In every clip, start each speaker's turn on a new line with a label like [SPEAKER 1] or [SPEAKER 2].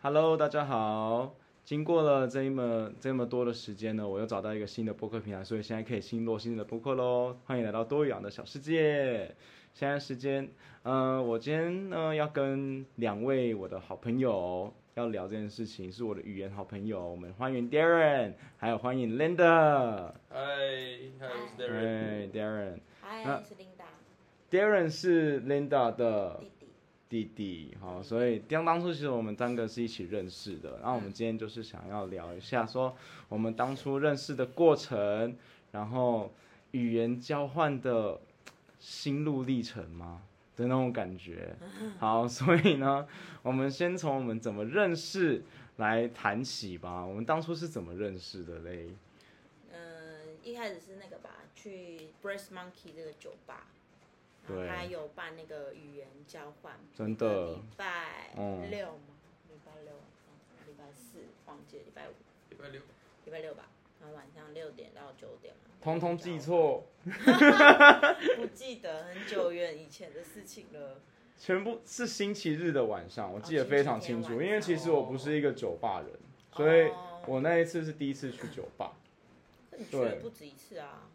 [SPEAKER 1] Hello，大家好。经过了这么这么多的时间呢，我又找到一个新的播客平台，所以现在可以新落新的播客喽。欢迎来到多养的小世界。现在时间，嗯、我今天呢要跟两位我的好朋友要聊这件事情，是我的语言好朋友，我们欢迎 Darren，还有欢迎 Linda。
[SPEAKER 2] 嗨嗨，我是 Darren。
[SPEAKER 1] 对，Darren。
[SPEAKER 3] 嗨，
[SPEAKER 1] 那
[SPEAKER 3] 我是琳达
[SPEAKER 1] Darren 是 Linda 的
[SPEAKER 3] 弟弟。
[SPEAKER 1] 弟弟，好，所以当当初其实我们三个是一起认识的，然后我们今天就是想要聊一
[SPEAKER 3] 嗯
[SPEAKER 1] 下说我们当初认识的过程，然后语言交换的心路历程吗的那种感觉。
[SPEAKER 3] 嗯
[SPEAKER 1] 好， 所以呢，我们先从我们怎么认识来谈起吧。我们当初是怎么认识的嘞？
[SPEAKER 3] 嗯，一开始是那个吧，去 Breast Monkey 这个酒吧，然后
[SPEAKER 1] 对
[SPEAKER 3] 他有办那个语言交换，
[SPEAKER 1] 真的
[SPEAKER 3] 一个礼拜
[SPEAKER 1] 嗯
[SPEAKER 3] 六吗？礼拜六晚上，礼拜四忘记了，礼拜五，
[SPEAKER 2] 礼拜六，
[SPEAKER 3] 礼拜六吧。然后晚上六点到九点嘛，
[SPEAKER 1] 通通记，错，
[SPEAKER 3] 不记得很久远以前的事情了。
[SPEAKER 1] 全部是星期日的晚上，我记得
[SPEAKER 3] 哦星期
[SPEAKER 1] 非常清
[SPEAKER 3] 天
[SPEAKER 1] 楚，
[SPEAKER 3] 晚
[SPEAKER 1] 因为其
[SPEAKER 3] 上
[SPEAKER 1] 实我不是一个酒吧人，所以。
[SPEAKER 3] 哦
[SPEAKER 1] 我那一次是第一次去酒吧，
[SPEAKER 3] 可你去了
[SPEAKER 1] 对
[SPEAKER 3] 不止一次啊，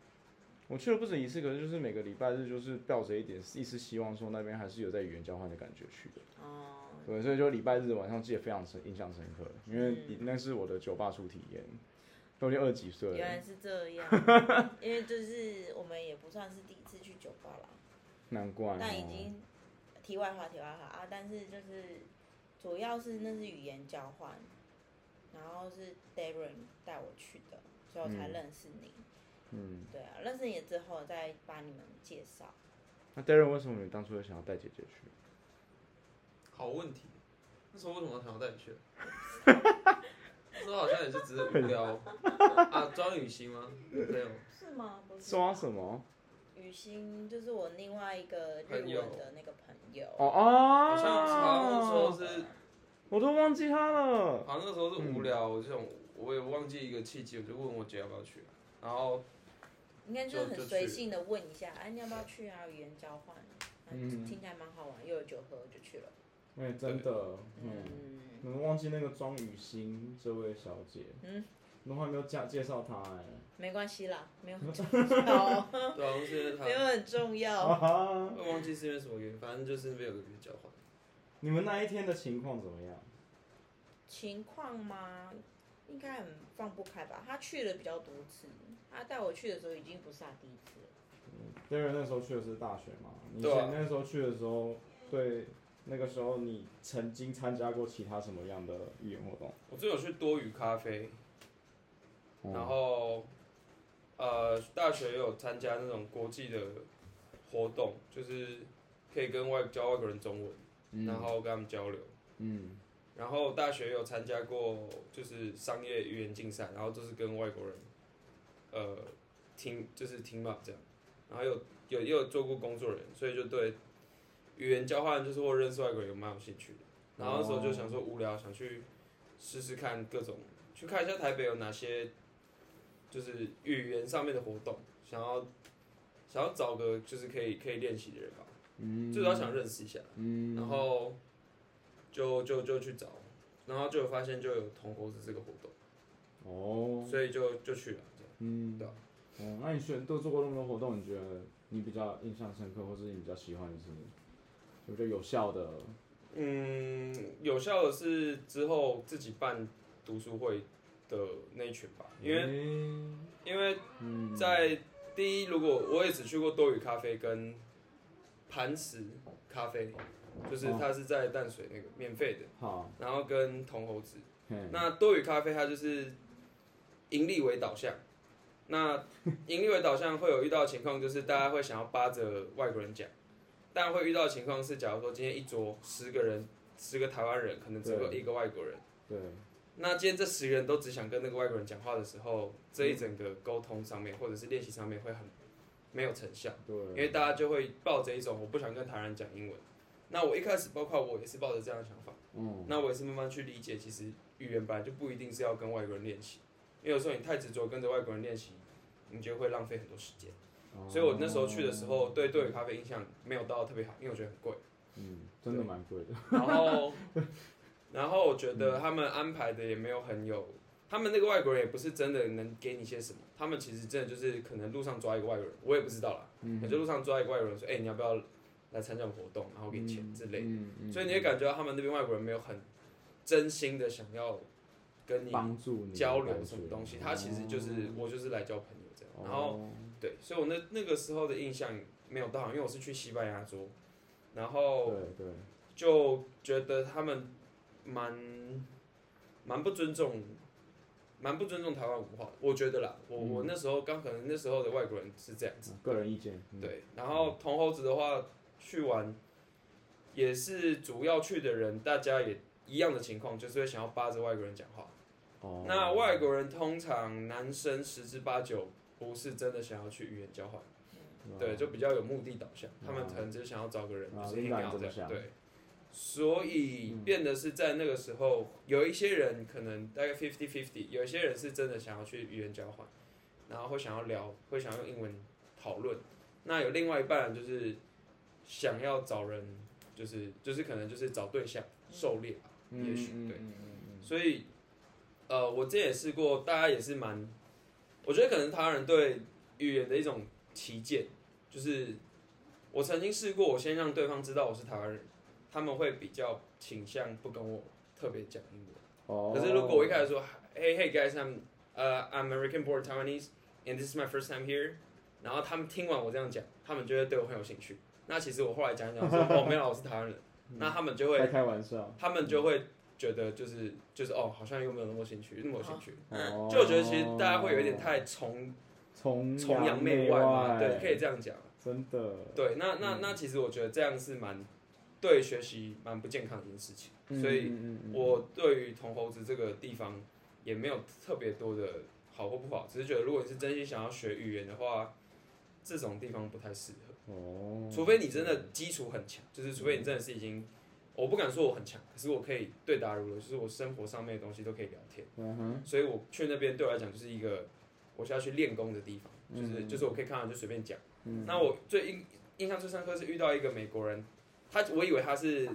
[SPEAKER 1] 我去了不止一次，可是就是每个礼拜日就是抱着一点一丝希望，说那边还是有在语言交换的感觉去的。
[SPEAKER 3] 哦，
[SPEAKER 1] 对，所以就礼拜日晚上记得非常深，印象深刻，因为
[SPEAKER 3] 嗯
[SPEAKER 1] 那是我的酒吧初体验，都已经二十几岁
[SPEAKER 3] 原来
[SPEAKER 1] 了，
[SPEAKER 3] 是这样， 因为就是我们也不算是第一次去酒吧啦。
[SPEAKER 1] 难怪、哦。
[SPEAKER 3] 但已经题外话，题外话啊，但是就是主要是那是语言交换，然后是 Darren 带我去的，所以我才
[SPEAKER 1] 嗯
[SPEAKER 3] 认识你。
[SPEAKER 1] 嗯，
[SPEAKER 3] 对啊，认识你之后再把你们介绍。
[SPEAKER 1] 那 Darren 为什么你当初会想要带姐姐去？
[SPEAKER 2] 好问题。那时候为什么要谈到带你去？那时候好像也是只是无聊啊，装雨欣吗？没有，
[SPEAKER 3] 是吗？不是。
[SPEAKER 1] 抓什么？
[SPEAKER 3] 雨欣就是我另外一个日
[SPEAKER 2] 朋友
[SPEAKER 3] 文的那个朋友。
[SPEAKER 1] 哦哦，
[SPEAKER 2] 好像好像那时候是，
[SPEAKER 1] 我都忘记他了。
[SPEAKER 2] 好像那时候是无聊，我就想我也忘记一个契机，我就问我姐要不要去，然后
[SPEAKER 3] 应该就是
[SPEAKER 2] 就
[SPEAKER 3] 很
[SPEAKER 2] 就
[SPEAKER 3] 随
[SPEAKER 2] 去
[SPEAKER 3] 性的问一下，哎、你要不要去啊？语言交换，啊
[SPEAKER 1] 嗯
[SPEAKER 3] 听起来蛮好玩，又有酒喝就去了。
[SPEAKER 1] 哎、真的，嗯。
[SPEAKER 3] 嗯，
[SPEAKER 1] 你们忘记那个庄雨欣这位小姐，
[SPEAKER 3] 嗯，
[SPEAKER 1] 你们还没有介介绍她哎、
[SPEAKER 3] 没关系啦，没有很重要。
[SPEAKER 2] 对，啊好像是因为他
[SPEAKER 3] 没有很重
[SPEAKER 1] 啊
[SPEAKER 3] 要。
[SPEAKER 1] 哈，
[SPEAKER 2] 我忘记是因为什么原因，反正就是那边有个交换，
[SPEAKER 1] 你们那一天的情况怎么样？
[SPEAKER 3] 情况吗？应该很放不开吧？他去了比较多次，他带我去的时候已经不是他第一次了。
[SPEAKER 1] d a r 那时候去的是大学嘛，你
[SPEAKER 2] 对啊
[SPEAKER 1] 前那时候去的时候，对，那个时候你曾经参加过其他什么样的语言活动？
[SPEAKER 2] 我最有去多雨咖啡，然
[SPEAKER 1] 哦
[SPEAKER 2] 后呃，大学也有参加那种国际的活动，就是可以跟外教外国人中文，然后跟他们交流。
[SPEAKER 1] 嗯，
[SPEAKER 2] 然后大学也有参加过就是商业语言竞赛，然后就是跟外国人呃听就是听嘛这样，然后有有也有做过工作人员，所以就对语言交换就是或认识外国人有蛮有兴趣的。然后那时
[SPEAKER 1] 哦
[SPEAKER 2] 候就想说无聊，想去试试看各种，去看一下台北有哪些就是语言上面的活动，想要想要找个就是可以可以练习的人吧，
[SPEAKER 1] 嗯
[SPEAKER 2] 最主要想认识一下。
[SPEAKER 1] 嗯
[SPEAKER 2] 然后就就就去找，然后就有发现就有同猴子这个活动，
[SPEAKER 1] 哦，
[SPEAKER 2] 所以就就去了。这样
[SPEAKER 1] 嗯，
[SPEAKER 2] 对啊
[SPEAKER 1] 哦，那你选都做过那么多活动，你觉得你比较印象深刻，或是你比较喜欢的是有比较有效的？
[SPEAKER 2] 嗯，有效的是之后自己办读书会的那一群吧，因为
[SPEAKER 1] 为
[SPEAKER 2] 因为
[SPEAKER 1] 嗯，
[SPEAKER 2] 在第一，如果我也只去过多雨咖啡跟磐石咖啡，就是它是在淡水那个免费的，
[SPEAKER 1] 好，
[SPEAKER 2] 然后跟同猴子。
[SPEAKER 1] 嘿
[SPEAKER 2] 那多雨咖啡它就是盈利为导向，那盈利为导向会有遇到的情况，就是大家会想要扒着外国人讲，但会遇到的情况是，假如说今天一桌十个人，十个台湾人，可能只有
[SPEAKER 1] 对
[SPEAKER 2] 一个外国人。
[SPEAKER 1] 对，
[SPEAKER 2] 那今天这十个人都只想跟那个外国人讲话的时候，这一整个沟通上面或者是练习上面会很没有成效，
[SPEAKER 1] 对，
[SPEAKER 2] 因为大家就会抱着一种我不想跟台湾人讲英文。那我一开始，包括我也是抱着这样的想法。
[SPEAKER 1] 嗯，
[SPEAKER 2] 那我也是慢慢去理解，其实语言本来就不一定是要跟外国人练习，因为有时候你太执着跟着外国人练习，你就会浪费很多时间。所以我那时候去的时候，对对咖啡印象没有到特别好，因为我觉得很贵。
[SPEAKER 1] 嗯，真的蛮贵的，
[SPEAKER 2] 然后，然后我觉得他们安排的也没有很有，他们那个外国人也不是真的能给你些什么，他们其实真的就是可能路上抓一个外国人，我也不知道啦，
[SPEAKER 1] 嗯
[SPEAKER 2] 我就路上抓一个外国人说，哎、你要不要来参加我们活动，然后给你钱之类的，
[SPEAKER 1] 嗯嗯
[SPEAKER 2] 所以你也感觉到他们那边外国人没有很真心的想要跟你
[SPEAKER 1] 帮助你
[SPEAKER 2] 交流什么东西，他其实就是我就是来交朋友这样，
[SPEAKER 1] 哦
[SPEAKER 2] 然后。
[SPEAKER 1] 后
[SPEAKER 2] 对，所以我那那个时候的印象没有到好，因为我是去西班牙做，然后
[SPEAKER 1] 对对，
[SPEAKER 2] 就觉得他们蛮蛮不尊重，蛮不尊重台湾文化的，我觉得啦，我、
[SPEAKER 1] 嗯
[SPEAKER 2] 我那时候刚可能那时候的外国人是这样子，
[SPEAKER 1] 个人意见，嗯
[SPEAKER 2] 对，然后铜猴子的话去玩也是主要去的人，大家也一样的情况，就是会想要扒着外国人讲话。
[SPEAKER 1] 哦，
[SPEAKER 2] 那外国人通常男生十之八九不是真的想要去语言交换，对，就比较有目的导向，他们可能只是想要找个人
[SPEAKER 1] 嗯啊
[SPEAKER 2] 就是
[SPEAKER 1] 领导人
[SPEAKER 2] hang out
[SPEAKER 1] 这么
[SPEAKER 2] 这
[SPEAKER 1] 想嗯
[SPEAKER 2] 样，对。所以变得是在那个时候，有一些人可能大概 fifty fifty，有一些人是真的想要去语言交换，然后会想要聊，会想要用英文讨论。那有另外一半就是想要找人，就是就是可能就是找对象狩猎吧，
[SPEAKER 1] 嗯
[SPEAKER 2] 也许
[SPEAKER 1] 嗯
[SPEAKER 2] 对。
[SPEAKER 1] 嗯嗯嗯
[SPEAKER 2] 所以，呃，我之前也试过，大家也是蛮，我觉得可能他人对语言的一种旗舰，就是我曾经试过，我先让对方知道我是台湾人，他们会比较倾向不跟我特别讲英文。
[SPEAKER 1] 哦，
[SPEAKER 2] 可是如果我一开始说，Hey Hey guys, I'm 呃、I'm American born Taiwanese and this is my first time here，然后他们听完我这样讲，他们就会对我很有兴趣。那其实我后来讲一讲说，哦，没有啦，我是台湾人，那他们就会
[SPEAKER 1] 在开玩笑，
[SPEAKER 2] 他们就会觉得就是就是哦，好像又没有那么兴趣，那么有兴趣。
[SPEAKER 1] 哦
[SPEAKER 2] 就我觉得其实大家会有一点太崇
[SPEAKER 1] 崇
[SPEAKER 2] 崇洋
[SPEAKER 1] 媚
[SPEAKER 2] 媚外嘛，对，可以这样讲。
[SPEAKER 1] 真的，
[SPEAKER 2] 对，那那那其实我觉得这样是蛮对学习蛮不健康的一件事情，
[SPEAKER 1] 嗯
[SPEAKER 2] 所以
[SPEAKER 1] 嗯嗯嗯
[SPEAKER 2] 我对于铜猴子这个地方也没有特别多的好或不好，只是觉得如果你是真心想要学语言的话，这种地方不太适合。
[SPEAKER 1] 哦，
[SPEAKER 2] 除非你真的基础很强，就是除非你真的是已经，我不敢说我很强，可是我可以对答如流，就是我生活上面的东西都可以聊天，
[SPEAKER 1] 嗯哼，
[SPEAKER 2] 所以我去那边对我来讲就是一个我是要去练功的地方，就是、就是我可以看到就随便讲。那我最印印象最深刻是遇到一个美国人，他我以为他是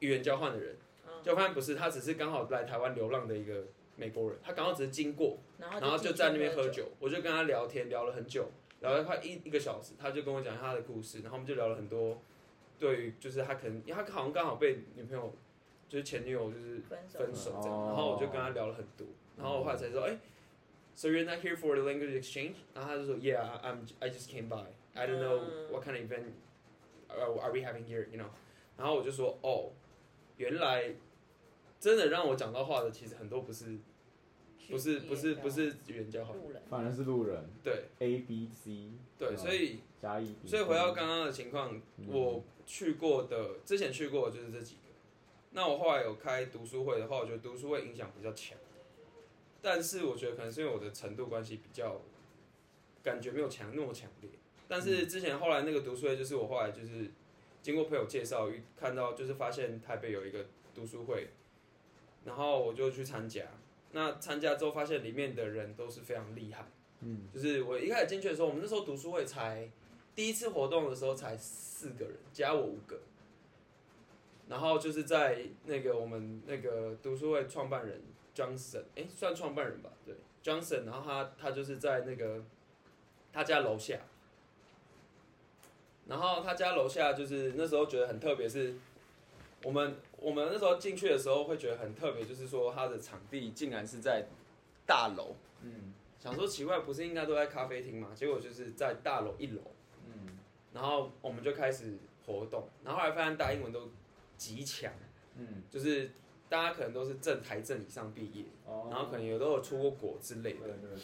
[SPEAKER 2] 语言交换的人，
[SPEAKER 3] 嗯
[SPEAKER 2] 就发现不是，他只是刚好来台湾流浪的一个美国人，他刚好只是经过。
[SPEAKER 3] 然后
[SPEAKER 2] 然后就
[SPEAKER 3] 进去
[SPEAKER 2] 在那边
[SPEAKER 3] 喝
[SPEAKER 2] 喝，酒，我就跟他聊天，聊了很久，聊了快一一个小时，他就跟我讲他的故事，然后我们就聊了很多，对于就是他可能，因为他好像刚好被女朋友，就是前女友就是
[SPEAKER 3] 分手
[SPEAKER 2] 分手这样，
[SPEAKER 1] 哦
[SPEAKER 2] 然后我就跟他聊了很多，然后我后来才知道，哎、s o you're not here for the language exchange？然后他就说，Yeah, I'm I just came by. I don't know
[SPEAKER 3] 嗯
[SPEAKER 2] what kind of event are are we having here? You know？然后我就说，哦，原来真的让我讲到话的，其实很多不是
[SPEAKER 3] 去
[SPEAKER 2] 不是
[SPEAKER 3] 夜
[SPEAKER 2] 不是
[SPEAKER 3] 这样
[SPEAKER 2] 不是语言交换。
[SPEAKER 3] 路人，
[SPEAKER 1] 反而是路人
[SPEAKER 2] 对
[SPEAKER 1] A B C
[SPEAKER 2] 对，
[SPEAKER 1] 嗯
[SPEAKER 2] 所以
[SPEAKER 1] 加一，
[SPEAKER 2] 所以回到刚刚的情况，
[SPEAKER 1] 嗯
[SPEAKER 2] 我去过的之前去过的就是这几个。那我后来有开读书会的话，我觉得读书会影响比较强，但是我觉得可能是因为我的程度关系比较，感觉没有强那么强烈。但是之前后来那个读书会，就是我后来就是经过朋友介绍，遇看到就是发现台北有一个读书会，然后我就去参加。那参加之后发现里面的人都是非常厉害，嗯，就是我一开始进去的时候，我们那时候读书会
[SPEAKER 1] 嗯
[SPEAKER 2] 才第一次活动的时候才四个人，加我五个。然后就是在那个我们那个读书会创办人 Johnson，哎，算创办人吧，对 Johnson。然后他他就是在那个他家楼下，然后他家楼下就是那时候觉得很特别是，我们我们那时候进去的时候会觉得很特别，就是说他的场地竟然是在大楼，
[SPEAKER 1] 嗯
[SPEAKER 2] 想说奇怪，不是应该都在咖啡厅吗？结果就是在大楼一楼。
[SPEAKER 1] 嗯
[SPEAKER 2] 然后我们就开始活动，然后后来发现大家英文都极强，
[SPEAKER 1] 嗯，
[SPEAKER 2] 就是大家可能都是正台正以上毕业，
[SPEAKER 1] 哦
[SPEAKER 2] 然后可能有都有出过国之类
[SPEAKER 1] 对
[SPEAKER 2] 的。
[SPEAKER 1] 对对，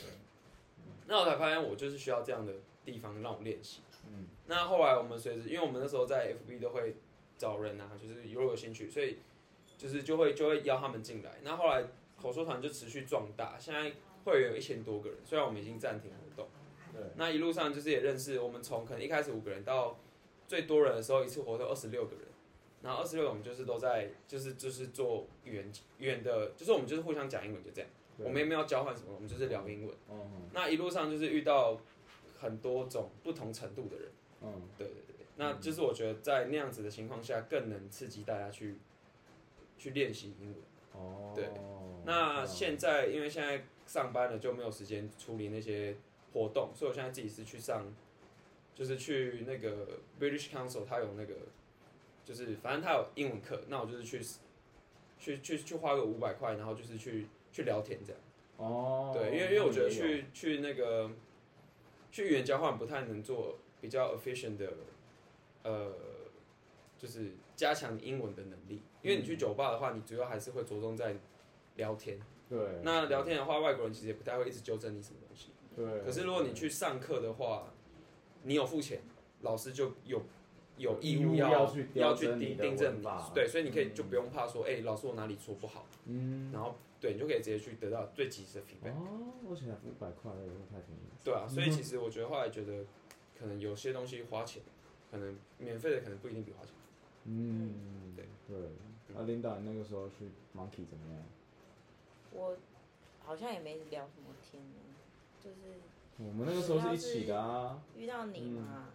[SPEAKER 2] 那我才发现我就是需要这样的地方让我练习。
[SPEAKER 1] 嗯，
[SPEAKER 2] 那后来我们随着，因为我们那时候在 FB 都会找人啊，就是如果有兴趣，所以就是就会就会邀他们进来。那后来口说团就持续壮大，现在会员有一千多个人，虽然我们已经暂停活动。
[SPEAKER 1] 对，
[SPEAKER 2] 那一路上就是也认识，我们从可能一开始五个人到最多人的时候，一次活动二十六个人，然后二十六个我们就是都在就是就是做语言语言的，就是我们就是互相讲英文就这样，
[SPEAKER 1] 对
[SPEAKER 2] 我们也没有交换什么，我们就是聊英文。
[SPEAKER 1] 嗯
[SPEAKER 2] 那一路上就是遇到很多种不同程度的人，
[SPEAKER 1] 嗯
[SPEAKER 2] 对对对，那就是我觉得在那样子的情况下，更能刺激大家去去练习英文。
[SPEAKER 1] 哦，
[SPEAKER 2] 对
[SPEAKER 1] 嗯，
[SPEAKER 2] 那现在因为现在上班了，就没有时间处理那些活动，所以我现在自己是去上，就是去那个 British Council，它有那个，就是反正它有英文课，那我就是去，去去去花个五百块，然后就是去去聊天这样。
[SPEAKER 1] 哦，
[SPEAKER 2] 对，因为因为我觉得
[SPEAKER 1] 也有
[SPEAKER 2] 去去那个去语言交换不太能做比较 efficient 的，呃，就是加强英文的能力，因为你
[SPEAKER 1] 嗯
[SPEAKER 2] 去酒吧的话，你主要还是会着重在聊天。
[SPEAKER 1] 对，
[SPEAKER 2] 那聊天的话，外国人其实也不太会一直纠正你什么东西。
[SPEAKER 1] 对，
[SPEAKER 2] 可是如果你去上课的话，你有付钱，老师就有有义务
[SPEAKER 1] 要
[SPEAKER 2] 要
[SPEAKER 1] 去雕
[SPEAKER 2] 要去
[SPEAKER 1] 针
[SPEAKER 2] 订
[SPEAKER 1] 你的
[SPEAKER 2] 订正
[SPEAKER 1] 文法
[SPEAKER 2] 对，所以你可以
[SPEAKER 1] 嗯
[SPEAKER 2] 就不用怕说，哎、老师我哪里说不好，
[SPEAKER 1] 嗯，
[SPEAKER 2] 然后对你就可以直接去得到最及时的 feedback。
[SPEAKER 1] 哦，我想五百块也不太便宜，
[SPEAKER 2] 对啊，
[SPEAKER 1] 嗯
[SPEAKER 2] 所以其实我觉得后来觉得，可能有些东西花钱，可能免费的可能不一定比花钱。
[SPEAKER 1] 嗯，
[SPEAKER 2] 对
[SPEAKER 1] 对。那领导，你那个时候去 Monkey 怎么样？
[SPEAKER 3] 我好像也没聊什么天呢，就是
[SPEAKER 1] 我们那个时候是一起的啊，
[SPEAKER 3] 遇到你嘛，
[SPEAKER 2] 嗯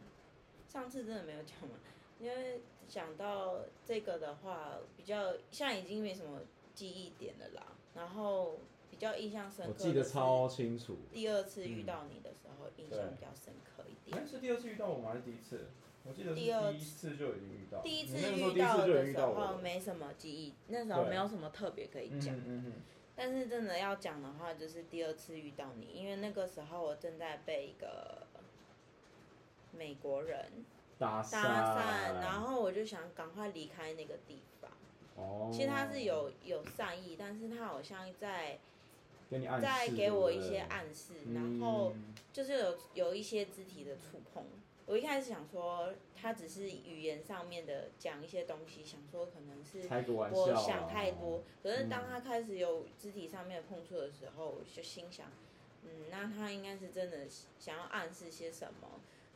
[SPEAKER 3] 上次真的没有讲嘛，因为讲到这个的话，比较现在已经没什么记忆点了啦。然后比较印象深
[SPEAKER 1] 我
[SPEAKER 3] 刻，
[SPEAKER 1] 记得超清楚。
[SPEAKER 3] 第二次遇到你的时候，印象比较深刻一
[SPEAKER 4] 哎
[SPEAKER 1] 嗯
[SPEAKER 3] 点。
[SPEAKER 4] 是第二次遇到我吗？还是第一次？我记得是
[SPEAKER 3] 啊第二
[SPEAKER 4] 第一次就已经遇到了。
[SPEAKER 3] 第一次
[SPEAKER 1] 你那个时候
[SPEAKER 3] 遇
[SPEAKER 1] 第一次就有
[SPEAKER 3] 的
[SPEAKER 1] 遇
[SPEAKER 3] 时
[SPEAKER 1] 到我
[SPEAKER 3] 候没什么记忆，那时候
[SPEAKER 1] 对啊
[SPEAKER 3] 没有什么特别可以
[SPEAKER 4] 嗯
[SPEAKER 3] 讲。
[SPEAKER 4] 嗯嗯
[SPEAKER 3] 但是真的要讲的话，就是第二次遇到你，因为那个时候我正在被一个美国人
[SPEAKER 1] 搭
[SPEAKER 3] 搭讪，然后我就想赶快离开那个地方。
[SPEAKER 1] 哦，
[SPEAKER 3] 其实他是有有善意，但是他好像在
[SPEAKER 1] 给你暗示，
[SPEAKER 3] 在给我一些
[SPEAKER 1] 示，
[SPEAKER 3] 暗示，
[SPEAKER 1] 嗯
[SPEAKER 3] 然后就是有有一些肢体的触碰。我一开始想说，他只是语言上面的讲一些东西，想说可能是
[SPEAKER 1] 开个玩笑啊，嗯
[SPEAKER 3] 我想太多。可是当他开始有肢体上面的碰触的时候，我就心想，嗯，那他应该是真的想要暗示些什么。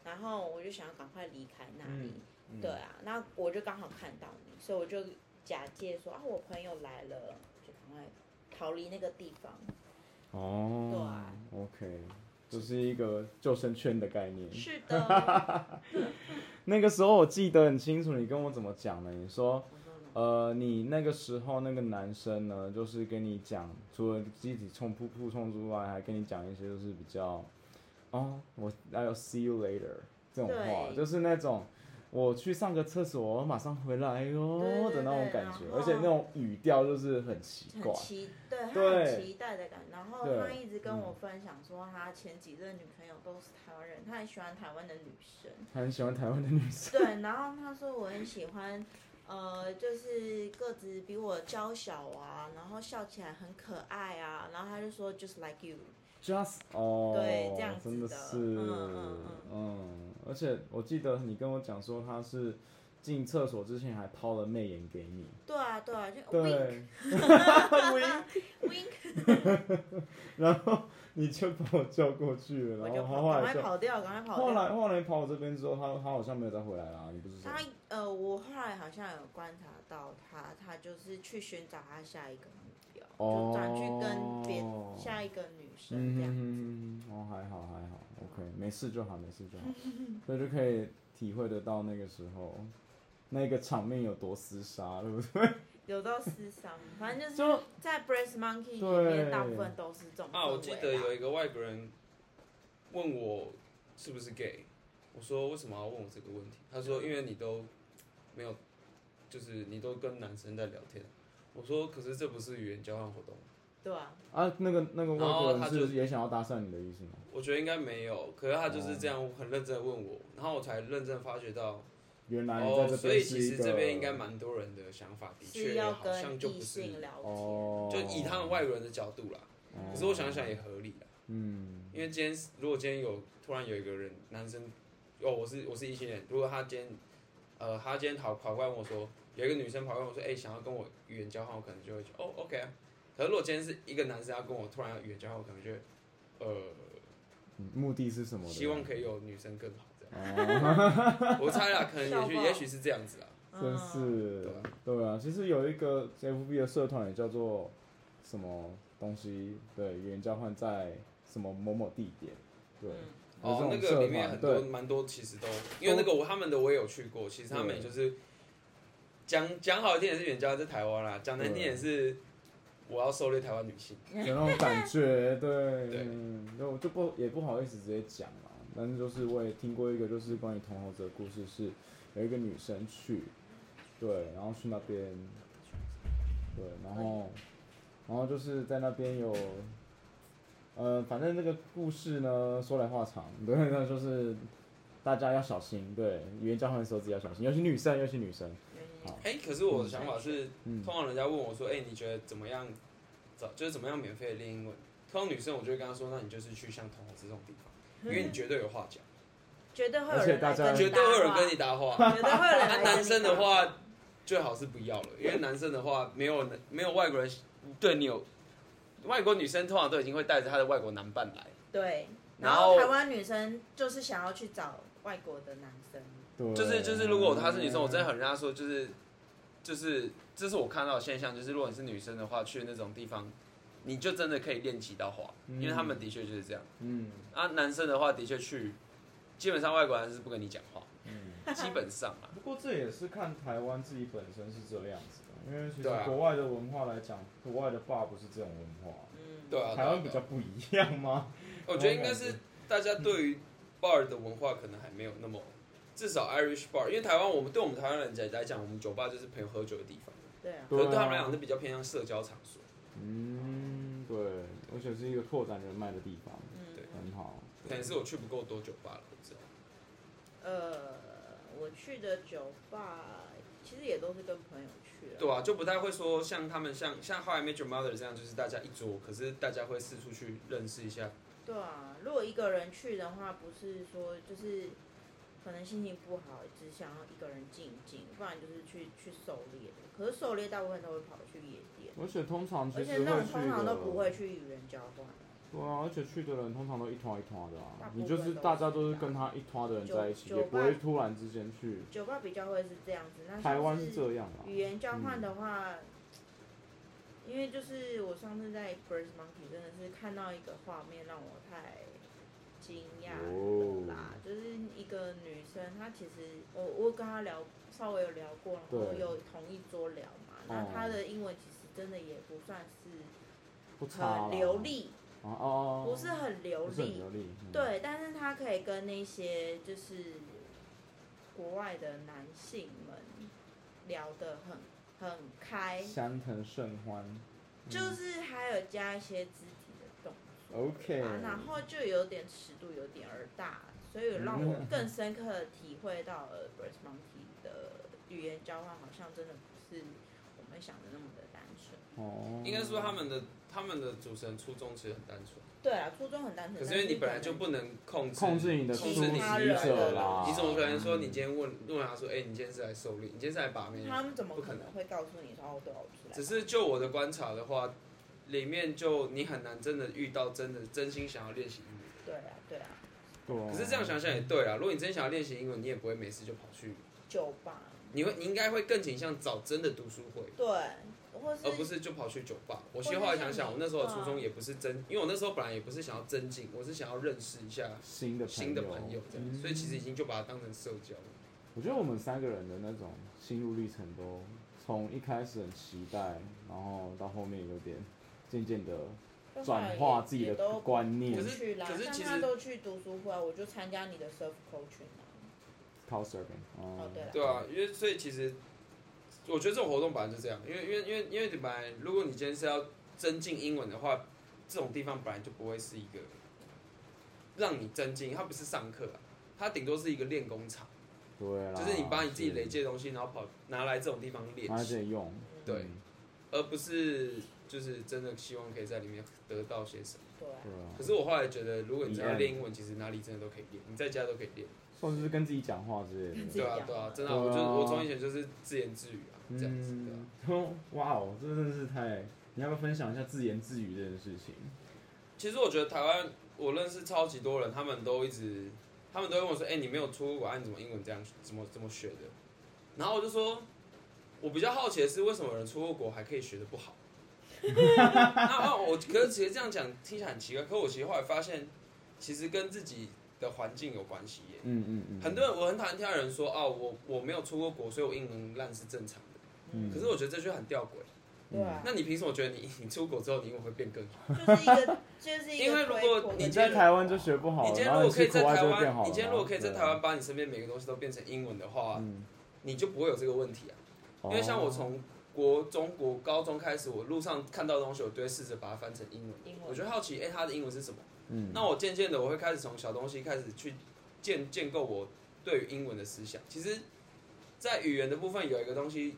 [SPEAKER 3] 然后我就想要赶快离开那里，
[SPEAKER 1] 嗯
[SPEAKER 3] 对啊，那我就刚好看到你，所以我就假借说啊，我朋友来了，就赶快逃离那个地方。
[SPEAKER 1] 哦，
[SPEAKER 3] 对啊
[SPEAKER 1] ，OK，这是一个救生圈的概念。
[SPEAKER 3] 是 的，
[SPEAKER 1] 那个时候我记得很清楚，你跟我怎么讲的？你说，呃，你那个时候那个男生呢，就是跟你讲，除了自己冲扑扑冲之外，还跟你讲一些就是比较，哦，我 I'll see you later 这种话，
[SPEAKER 3] 对
[SPEAKER 1] 就是那种我去上个厕所，我马上回来哟、
[SPEAKER 3] 对对
[SPEAKER 1] 的那种感觉
[SPEAKER 3] 对，然后
[SPEAKER 1] 而且那种语调就是很奇怪
[SPEAKER 3] 很，期对，他
[SPEAKER 1] 对
[SPEAKER 3] 很期待的感觉。然后
[SPEAKER 1] 对嗯
[SPEAKER 3] 他一直跟我分享说，他前几任女朋友都是台湾人，他很喜欢台湾的女 生。
[SPEAKER 1] 他很喜欢台湾的女 生。
[SPEAKER 3] 对，然后他说我很喜欢，呃，就是个子比我娇小啊，然后笑起来很可爱啊，然后他就说 just like you，
[SPEAKER 1] Just 哦，
[SPEAKER 3] 对这样子的
[SPEAKER 1] 真是，
[SPEAKER 3] 嗯嗯
[SPEAKER 1] 嗯而且我记得你跟我讲说他是进厕所之前还抛了媚眼给你，
[SPEAKER 3] 对啊对啊，就 wink
[SPEAKER 1] 对，
[SPEAKER 3] wink，
[SPEAKER 1] 然后你就把我叫过去了，
[SPEAKER 3] 我
[SPEAKER 1] 然
[SPEAKER 3] 就
[SPEAKER 1] 后他
[SPEAKER 3] 跑
[SPEAKER 1] 后
[SPEAKER 3] 赶
[SPEAKER 1] 来
[SPEAKER 3] 快
[SPEAKER 1] 就
[SPEAKER 3] 跑掉，赶快跑
[SPEAKER 1] 后
[SPEAKER 3] 掉。
[SPEAKER 1] 来后来跑我这边之后，他他好像没有再回来啦，你不是说
[SPEAKER 3] 他呃，我后来好像有观察到他，他就是去寻找他下一个目标，
[SPEAKER 1] 哦
[SPEAKER 3] 就转去跟别下一个女生这样。
[SPEAKER 1] 嗯
[SPEAKER 3] 嗯
[SPEAKER 1] 哼哼哼哼，哦，还好还好，OK，没事就好，没事 就好，所以就可以体会得到那个时候那个场面有多厮杀，对不对？
[SPEAKER 3] 有到 私商，反正就是
[SPEAKER 1] 就
[SPEAKER 3] 在 Brace Monkey 里
[SPEAKER 1] 对
[SPEAKER 3] 面，大部分都是这种
[SPEAKER 2] 啊，我
[SPEAKER 3] 氛
[SPEAKER 2] 记
[SPEAKER 3] 围
[SPEAKER 2] 得
[SPEAKER 3] 啦
[SPEAKER 2] 有一个外国人问我是不是 gay，我说为什么要问我这个问题？他说因为你都没有，就是你都跟男生在聊天。我说可是这不是语言交换活动，
[SPEAKER 3] 对啊，
[SPEAKER 1] 啊，那个那个外
[SPEAKER 2] 然后
[SPEAKER 1] 国人
[SPEAKER 2] 他
[SPEAKER 1] 是
[SPEAKER 2] 就
[SPEAKER 1] 也想要搭讪你的意思吗？
[SPEAKER 2] 我觉得应该没有。可是他就是这样很认真地问我，然后我才认真发觉到，
[SPEAKER 1] 原来啊你在
[SPEAKER 2] 哦，
[SPEAKER 1] 这
[SPEAKER 2] 所以
[SPEAKER 1] 边
[SPEAKER 2] 其
[SPEAKER 1] 是一
[SPEAKER 2] 实
[SPEAKER 1] 个，
[SPEAKER 2] 这边应该蛮多人的想法，的
[SPEAKER 3] 是
[SPEAKER 2] 确
[SPEAKER 3] 要
[SPEAKER 2] 好像
[SPEAKER 3] 跟
[SPEAKER 2] 就
[SPEAKER 3] 异
[SPEAKER 2] 不是，
[SPEAKER 3] 性聊天。
[SPEAKER 1] 哦，
[SPEAKER 2] 就以他们外国人的角度啦。
[SPEAKER 1] 哦，
[SPEAKER 2] 可是我想想也合理啦。
[SPEAKER 1] 嗯，
[SPEAKER 2] 因为今天如果今天有突然有一个人男生，哦，我是我是异性恋，如果他今天，呃，他今天跑跑过来问我说，有一个女生跑过来问我说，哎、想要跟我语言交换，我可能就会觉得哦，OK 啊。可是如果今天是一个男生要跟我突然要语言交换，我可能就会，呃，
[SPEAKER 1] 目的是什么的？
[SPEAKER 2] 希望可以有女生更好这
[SPEAKER 1] 哦，
[SPEAKER 2] 样。我猜啦，可能也
[SPEAKER 3] 笑
[SPEAKER 2] 许
[SPEAKER 3] 爆
[SPEAKER 2] 也许是这样子啊。
[SPEAKER 1] 真
[SPEAKER 3] 嗯
[SPEAKER 1] 是
[SPEAKER 2] 对啊，
[SPEAKER 1] 对啊，其实有一个 FB 的社团也叫做什么东西，对，语言交换在什么某某地点，对，
[SPEAKER 3] 嗯
[SPEAKER 1] 有这
[SPEAKER 2] 哦，
[SPEAKER 1] 种
[SPEAKER 2] 那
[SPEAKER 1] 社
[SPEAKER 2] 个里面
[SPEAKER 1] 团
[SPEAKER 2] 很
[SPEAKER 1] 对
[SPEAKER 2] 多蛮多，其实都因为那个我他们的我也有去过，其实他们也就是讲讲好一点也是远交在台湾啦，讲难听也是我要狩猎台湾女性。
[SPEAKER 1] 有那种感觉，对，
[SPEAKER 2] 对
[SPEAKER 1] 嗯，那我就不也不好意思直接讲嘛，但是就是我也听过一个就是关于同猴子的故事，是有一个女生去，对，然后去那边，对，然后，然后就是在那边有，呃，反正那个故事呢，说来话长，对，那就是大家要小心，对，语言交换的时候自己要小心，尤其女生，尤其女生，
[SPEAKER 3] 嗯
[SPEAKER 1] 好
[SPEAKER 2] 哎、可是我的想法是，
[SPEAKER 1] 嗯
[SPEAKER 2] 通常人家问我说，哎、你觉得怎么样？找就是怎么样免费的练英文？通常女生我就会跟她说，那你就是去像同行这种地方，因为你绝对有话讲，
[SPEAKER 3] 绝对会
[SPEAKER 1] 而
[SPEAKER 3] 有
[SPEAKER 1] 且
[SPEAKER 3] 人
[SPEAKER 1] 大
[SPEAKER 3] 来
[SPEAKER 1] 家
[SPEAKER 3] 跟你
[SPEAKER 2] 绝对
[SPEAKER 3] 嗯搭
[SPEAKER 2] 会有人
[SPEAKER 3] 话
[SPEAKER 2] 跟你搭话。
[SPEAKER 3] 绝对会有人来
[SPEAKER 2] 啊
[SPEAKER 3] 跟你搭话。
[SPEAKER 2] 男生的话，最好是不要了，因为男生的话没有没有外国人对你有，外国女生通常都已经会带着她的外国男伴来，
[SPEAKER 3] 对，
[SPEAKER 2] 然
[SPEAKER 3] 然
[SPEAKER 2] 后
[SPEAKER 3] 后台湾女生就是想要去找外国的男生，
[SPEAKER 1] 对，
[SPEAKER 2] 就是就是如果她是女生，我真的很跟她说就是就是这是我看到的现象，就是如果你是女生的话，去那种地方，你就真的可以练几道话，
[SPEAKER 1] 嗯
[SPEAKER 2] 因为他们的确就是这样。
[SPEAKER 1] 嗯
[SPEAKER 2] 啊，男生的话的确去，基本上外国人是不跟你讲话，
[SPEAKER 1] 嗯。
[SPEAKER 2] 基本上啊，
[SPEAKER 4] 不过这也是看台湾自己本身是这样子的，因为其实
[SPEAKER 2] 对啊
[SPEAKER 4] 国外的文化来讲，国外的爸不是这种文化，
[SPEAKER 3] 嗯，
[SPEAKER 2] 对啊，
[SPEAKER 4] 台湾比
[SPEAKER 2] 对啊啊
[SPEAKER 4] 较不一样吗？
[SPEAKER 2] 我觉得应该是大家对于 bar 的文化可能还没有那么，至少 Irish bar，因为台湾我们对我们台湾人来来讲，我们酒吧就是朋友喝酒的地方，
[SPEAKER 3] 对啊，
[SPEAKER 2] 可是对他们来讲是比较偏向社交场所。
[SPEAKER 1] 嗯，对，而且是一个拓展人脉的地方，
[SPEAKER 3] 嗯
[SPEAKER 2] 对，
[SPEAKER 1] 很好。
[SPEAKER 2] 可能是我去不够多酒吧了，我不知道。
[SPEAKER 3] 呃，我去的酒吧其实也都是跟朋友去啊
[SPEAKER 2] 对啊，就不太会说像他们像像 How I Met Your Mother 这样，就是大家一桌，可是大家会四处去认识一下。
[SPEAKER 3] 对啊，如果一个人去的话，不是说就是可能心情不好，只想要一个人静一静，不然就是去去狩猎的。可是狩猎大部分都会跑去夜店，
[SPEAKER 1] 而且通常其实
[SPEAKER 3] 而且
[SPEAKER 1] 会去
[SPEAKER 3] 那
[SPEAKER 1] 的
[SPEAKER 3] 种，通常都不会去与人交换。
[SPEAKER 1] 对啊，而且去的人通常都一团一团的
[SPEAKER 3] 大
[SPEAKER 1] 啊，
[SPEAKER 3] 部分
[SPEAKER 1] 你就是大家都是跟他一团的人在一起，
[SPEAKER 3] 酒
[SPEAKER 1] 也
[SPEAKER 3] 酒
[SPEAKER 1] 不
[SPEAKER 3] 吧
[SPEAKER 1] 会突然之间去。
[SPEAKER 3] 酒吧比较会是这样子，那像
[SPEAKER 1] 台湾
[SPEAKER 3] 是
[SPEAKER 1] 是这样啊，
[SPEAKER 3] 语言交换的话，因为就是我上次在 Birds Monkey 真的是看到一个画面让我太惊讶了啦，
[SPEAKER 1] 哦
[SPEAKER 3] 就是一个女生，她其实我我跟她聊稍微有聊过，然后
[SPEAKER 1] 对
[SPEAKER 3] 有同一桌聊嘛，
[SPEAKER 1] 哦
[SPEAKER 3] 那她的英文其实真的也不算是
[SPEAKER 1] 不差啦
[SPEAKER 3] 很流，利，
[SPEAKER 1] 啊哦，
[SPEAKER 3] 不是很流
[SPEAKER 1] 不是很
[SPEAKER 3] 利
[SPEAKER 1] 流，利，嗯，
[SPEAKER 3] 对，但是他可以跟那些就是国外的男性们聊得很很开，
[SPEAKER 1] 相谈甚欢。
[SPEAKER 3] 哎就是还有加一些肢体的动作
[SPEAKER 1] OK
[SPEAKER 3] 啊然后就有点尺度，有点儿大，所以让我更深刻的体会到了 b r i t Monkey 的语言交换好像真的不是我们想的那么的单纯。
[SPEAKER 1] 哦，
[SPEAKER 2] 应该说他们的他们的主持人初衷其实很单纯，
[SPEAKER 3] 对啊，初衷很单纯，
[SPEAKER 2] 可是因为你
[SPEAKER 3] 但
[SPEAKER 2] 本来就
[SPEAKER 3] 可能
[SPEAKER 2] 不能控制
[SPEAKER 1] 控制你的
[SPEAKER 2] 控
[SPEAKER 1] 出
[SPEAKER 2] 制
[SPEAKER 1] 席
[SPEAKER 2] 你
[SPEAKER 3] 其他人
[SPEAKER 1] 者啦，嗯
[SPEAKER 2] 你怎么可能说你今天问问他说，哎、你今天是来狩猎，你今天是来把妹？
[SPEAKER 3] 他们怎么
[SPEAKER 2] 不可
[SPEAKER 3] 可
[SPEAKER 2] 能
[SPEAKER 3] 能会告诉你说哦，对啊，我是来
[SPEAKER 2] 只是就我的观察的话，里面就你很难真的遇到真的真心想要练习英文。
[SPEAKER 3] 对啊，对啊，
[SPEAKER 1] 对啊？
[SPEAKER 2] 可是这样想想也对啊，如果你真想要练习英文，你也不会没事就跑去，
[SPEAKER 3] 酒吧。
[SPEAKER 2] 你会你应该会更倾向找真的读书会，
[SPEAKER 3] 对，或是
[SPEAKER 2] 而不是就跑去酒吧。我
[SPEAKER 3] 或
[SPEAKER 2] 其实
[SPEAKER 3] 是
[SPEAKER 2] 后来想
[SPEAKER 3] 像
[SPEAKER 2] 想，
[SPEAKER 3] 你
[SPEAKER 2] 我那时候的
[SPEAKER 3] 对啊
[SPEAKER 2] 初衷也不是真，因为我那时候本来也不是想要增进，我是想要认识一下
[SPEAKER 1] 新的
[SPEAKER 2] 新的朋友这样，所以其实已
[SPEAKER 1] 嗯
[SPEAKER 2] 经就把它当成社交了。
[SPEAKER 1] 我觉得我们三个人的那种心路历程都从一开始很期待，然后到后面有点渐渐的转化自己的
[SPEAKER 3] 都
[SPEAKER 1] 观
[SPEAKER 2] 可
[SPEAKER 1] 念
[SPEAKER 2] 是
[SPEAKER 3] 去啦，
[SPEAKER 2] 可是
[SPEAKER 3] 像
[SPEAKER 2] 其
[SPEAKER 3] 他
[SPEAKER 2] 实
[SPEAKER 3] 都去读书会啊，我就参加你的 surf coaching 啊。
[SPEAKER 1] ，call serving。哦
[SPEAKER 3] 哦对了
[SPEAKER 2] 对啊，因为所以其实我觉得这种活动本来就这样，因为因为因为因为你本来如果你今天是要增进英文的话，这种地方本来就不会是一个让你增进，它不是上课啊，它顶多是一个练功场，
[SPEAKER 1] 对啦，
[SPEAKER 2] 就是你把你自己累积的东西，然后跑拿来这种地方
[SPEAKER 1] 是，
[SPEAKER 2] 练
[SPEAKER 1] 拿来
[SPEAKER 2] 习，
[SPEAKER 1] 这里用，
[SPEAKER 2] 对
[SPEAKER 1] 嗯
[SPEAKER 2] 而不是就是真的希望可以在里面得到些什么。
[SPEAKER 3] 对啊，
[SPEAKER 1] 对啊
[SPEAKER 2] 可，是我后来觉得，如果你真的要练英文，其实哪里真的都可以练，你在家都可以练。
[SPEAKER 1] 算是跟自己讲话之类
[SPEAKER 3] 自
[SPEAKER 1] 的。
[SPEAKER 3] 己
[SPEAKER 2] 对啊
[SPEAKER 3] 讲，
[SPEAKER 2] 对啊，真的
[SPEAKER 1] 对啊
[SPEAKER 2] 啊、我就是我从以前就是自言自语啊，这样子对啊。
[SPEAKER 1] 嗯， 哇哦，这真的是太……你要不要分享一下自言自语这件事情？
[SPEAKER 2] 其实我觉得台湾，我认识超级多人，他们都一直，他们都会问我说：“哎、你没有出国，啊、你怎么英文这样，怎么怎么学的？”然后我就说，我比较好奇的是，为什么有人出过国还可以学的不好？ 那那我可是其实这样讲听起来很奇怪，可我其实后来发现，其实跟自己的环境有关系耶。
[SPEAKER 1] 嗯嗯嗯，
[SPEAKER 2] 啊很多人我很讨厌听到有人说：“哦，我我没有出过国，所以我英文烂是正常的。”
[SPEAKER 4] 嗯
[SPEAKER 2] 可是我觉得这就很吊诡。
[SPEAKER 3] 对啊，
[SPEAKER 2] 那你凭什么觉得你 你出国之后你英文会变更好？
[SPEAKER 3] 就是一个就是一个
[SPEAKER 2] 因为如果
[SPEAKER 3] 推广
[SPEAKER 2] 你
[SPEAKER 4] 你在台湾就学不好
[SPEAKER 2] 你
[SPEAKER 4] 了，
[SPEAKER 2] 今天
[SPEAKER 4] 然
[SPEAKER 2] 如
[SPEAKER 4] 后
[SPEAKER 2] 果可
[SPEAKER 4] 去
[SPEAKER 2] 以在
[SPEAKER 4] 国外
[SPEAKER 2] 台
[SPEAKER 4] 就会变好
[SPEAKER 2] 湾，
[SPEAKER 4] 了。
[SPEAKER 2] 你今天如果可以在
[SPEAKER 4] 对啊
[SPEAKER 2] 台湾，把你身边每个东西都变成英文的话，
[SPEAKER 4] 嗯，哦
[SPEAKER 2] 你就不会有这个问题啊。因为像我从国中国高中开始，我路上看到的东西，我都会试着把它翻成英文。
[SPEAKER 3] 英文
[SPEAKER 2] 我就好奇，哎、它的英文是什么？
[SPEAKER 4] 嗯
[SPEAKER 2] 那我渐渐的，我会开始从小东西开始去建建构我对于英文的思想。其实，在语言的部分有一个东西，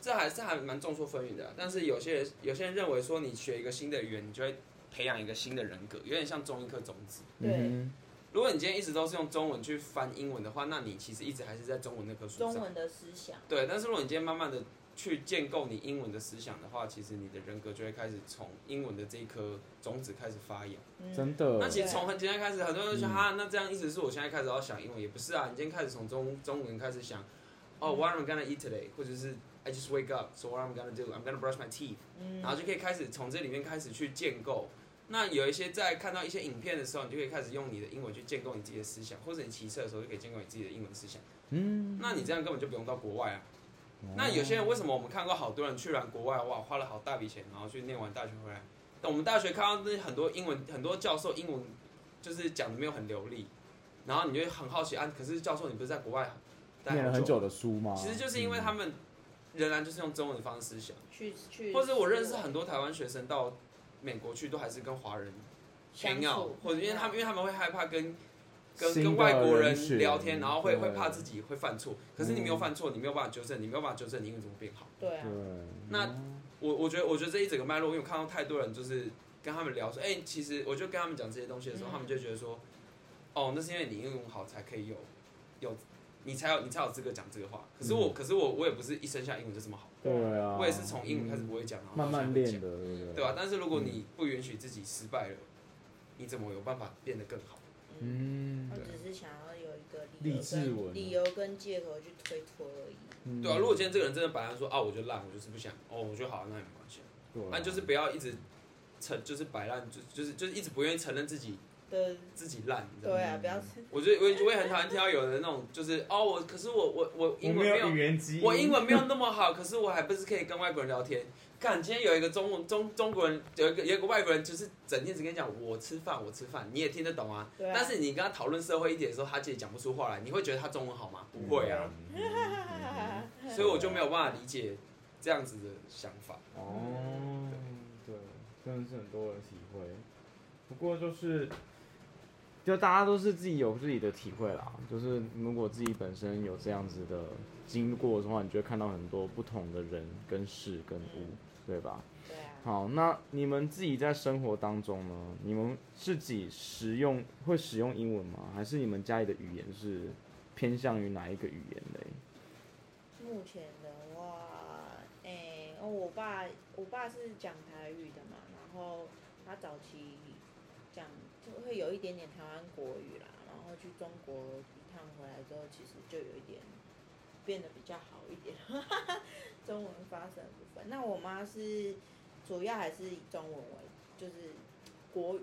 [SPEAKER 2] 这还是还蛮众说纷纭的啊、但是有些人有些人认为说，你学一个新的语言，你就会培养一个新的人格，有点像种一颗种子。
[SPEAKER 3] 对
[SPEAKER 4] 嗯
[SPEAKER 2] 如果你今天一直都是用中文去翻英文的话，那你其实一直还是在中文那棵树上。
[SPEAKER 3] 中文的思想，
[SPEAKER 2] 对，但是如果你今天慢慢的去建构你英文的思想的话，其实你的人格就会开始从英文的这一颗种子开始发芽。
[SPEAKER 4] 哼
[SPEAKER 3] 嗯，
[SPEAKER 4] 真
[SPEAKER 2] 那
[SPEAKER 4] 的，
[SPEAKER 2] 其实从很简单开始，很多人就说
[SPEAKER 4] 嗯
[SPEAKER 2] 哈、那这样意思是我现在开始要想英文，也不是啊，你今天开始从中中文开始想，哦、
[SPEAKER 3] 嗯
[SPEAKER 2] w h a t I'm gonna eat today，或者是 I just wake up, so what I'm gonna do, I'm gonna brush my teeth，、
[SPEAKER 3] 嗯
[SPEAKER 2] 然后就可以开始从这里面开始去建构。那有一些在看到一些影片的时候，你就可以开始用你的英文去建构你自己的思想，或者你骑车的时候就可以建构你自己的英文思想。
[SPEAKER 4] 嗯，哦
[SPEAKER 2] 那你这样根本就不用到国外啊。那有些人为什么我们看过好多人去完国外，哇，花了好大笔钱，然后去念完大学回来，但我们大学看到那很多英文，很多教授英文就是讲的没有很流利，然后你就会很好奇啊，可是教授你不是在国外待
[SPEAKER 4] 念了很
[SPEAKER 2] 久？
[SPEAKER 4] 久的书嗯吗？
[SPEAKER 2] 其实就是因为他们仍然就是用中文的方式想，
[SPEAKER 3] 去去，
[SPEAKER 2] 或者我认识很多台湾学生到美国去都还是跟华人
[SPEAKER 3] 相
[SPEAKER 2] hang out，
[SPEAKER 3] 处嗯
[SPEAKER 2] 或者因为他们因为他们会害怕跟跟
[SPEAKER 4] 新的
[SPEAKER 2] 跟外国
[SPEAKER 4] 人
[SPEAKER 2] 人
[SPEAKER 4] 群
[SPEAKER 2] 聊天，然后会
[SPEAKER 4] 对嗯
[SPEAKER 2] 会怕自己会犯错，可是你没有犯错，你没有办法纠正，你没有办法纠正，你英文怎么变好？
[SPEAKER 3] 对
[SPEAKER 4] 对嗯
[SPEAKER 3] 啊，，
[SPEAKER 2] 那我我觉得我觉得这一整个脉络，因为我看到太多人就是跟他们聊说，哎、其实我就跟他们讲这些东西的时候，
[SPEAKER 3] 嗯
[SPEAKER 2] 他们就觉得说，哦，那是因为你英文好才可以有有你才有你才有资格讲这个话。可是
[SPEAKER 4] 嗯
[SPEAKER 2] 我、可是我我也不是一生下英文就这么好，
[SPEAKER 4] 对啊，嗯
[SPEAKER 2] 我也是从英文开始不会讲，然后
[SPEAKER 4] 慢慢
[SPEAKER 2] 到现
[SPEAKER 4] 练
[SPEAKER 2] 在会
[SPEAKER 4] 的，对不
[SPEAKER 2] 讲，
[SPEAKER 4] 对
[SPEAKER 2] 对吧、？但是如果你不允许自己失败了，你怎么有办法变得更好？
[SPEAKER 3] 嗯，
[SPEAKER 4] 嗯
[SPEAKER 3] 他，只是想要有一个
[SPEAKER 4] 励
[SPEAKER 3] 理由
[SPEAKER 4] 志
[SPEAKER 3] 跟
[SPEAKER 4] 文
[SPEAKER 3] 理由跟借口去推脱而已，
[SPEAKER 4] 嗯
[SPEAKER 2] 对啊，如果今天这个人真的摆烂说啊，我就烂，我就是不想，哦，我就好，那也没关系，
[SPEAKER 4] 对啊
[SPEAKER 2] 那、就是不要一直承，就是摆烂，就就是就是一直不愿意承认自己
[SPEAKER 3] 对
[SPEAKER 2] 自己烂，你知道吗？
[SPEAKER 3] 对啊，不要吃
[SPEAKER 2] 我觉得我也我也很讨厌听到有人那种就是哦，我可是我我我
[SPEAKER 4] 我
[SPEAKER 2] 英文
[SPEAKER 4] 没
[SPEAKER 2] 没
[SPEAKER 4] 有
[SPEAKER 2] 有
[SPEAKER 4] 语言基因，
[SPEAKER 2] 我英文没有那么好，可是我还不是可以跟外国人聊天。看今天有一个中文中中国人有一个有一个外国人，就是整天只跟你讲我吃饭我吃饭，你也听得懂啊。
[SPEAKER 3] 对啊
[SPEAKER 2] 但是你跟他讨论社会议题的时候，他自己讲不出话来，你会觉得他中文好吗？
[SPEAKER 1] 嗯
[SPEAKER 2] 不会啊，
[SPEAKER 4] 嗯，
[SPEAKER 2] 所以我就没有办法理解这样子的想法。
[SPEAKER 4] 哦，对，真的是很多人体会。不过就是，就大家都是自己有自己的体会啦。就是如果自己本身有这样子的经过的话，你就会看到很多不同的人跟事跟物，对吧？
[SPEAKER 3] 对啊，
[SPEAKER 4] 好，那你们自己在生活当中呢，你们自己使用会使用英文吗？还是你们家里的语言是偏向于哪一个语言嘞？
[SPEAKER 3] 目前的话，诶、哦，我爸我爸是讲台语的嘛，然后他早期讲就会有一点点台湾国语啦，然后去中国一趟回来之后，其实就有一点变得比较好一点， 中文发声的部分。那我妈是主要还是以中文为，就是国语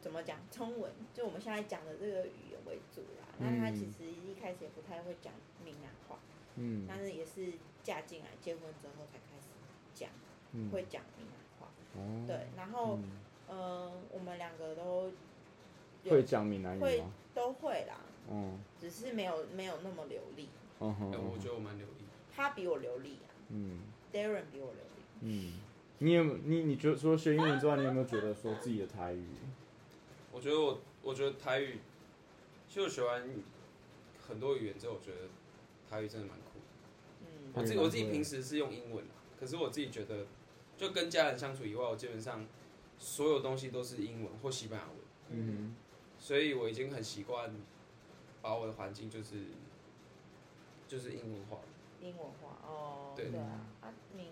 [SPEAKER 3] 怎么讲中文，就我们现在讲的这个语言为主啦。那她其
[SPEAKER 4] 嗯
[SPEAKER 3] 实一开始也不太会讲闽南话。
[SPEAKER 4] 嗯
[SPEAKER 3] 但是也是嫁进来结婚之后才开始讲，
[SPEAKER 4] 嗯，
[SPEAKER 3] 会讲闽南话。
[SPEAKER 4] 哦，
[SPEAKER 3] 对，然后
[SPEAKER 4] 嗯，
[SPEAKER 3] 呃，我们两个都有
[SPEAKER 4] 会讲闽南语
[SPEAKER 3] 会
[SPEAKER 4] 吗？
[SPEAKER 3] 都会啦，
[SPEAKER 4] 嗯，
[SPEAKER 3] 只是没有没有那么流利。
[SPEAKER 4] 嗯哼
[SPEAKER 2] 哎，我
[SPEAKER 4] 嗯
[SPEAKER 2] 觉
[SPEAKER 4] 哼
[SPEAKER 2] 得我蛮留意。
[SPEAKER 3] 他比我流利啊
[SPEAKER 4] 嗯
[SPEAKER 3] ，Darren 比我流利。
[SPEAKER 4] 嗯，你有你你觉得除了学英文之外，你有没有觉得说自己的台语？
[SPEAKER 2] 我觉得我，我觉得台语，其实我学完很多语言之后，我觉得台语真的蛮酷的。
[SPEAKER 3] 嗯，
[SPEAKER 2] 我自
[SPEAKER 4] 台
[SPEAKER 2] 己
[SPEAKER 4] 语蛮酷的
[SPEAKER 2] 我自己平时是用英文啊，可是我自己觉得，就跟家人相处以外，我基本上所有东西都是英文或西班牙文，
[SPEAKER 4] 嗯
[SPEAKER 2] 所以我已经很习惯把我的环境就是就是英文化了。
[SPEAKER 3] 英文话哦，
[SPEAKER 2] 对
[SPEAKER 3] 啊，啊闽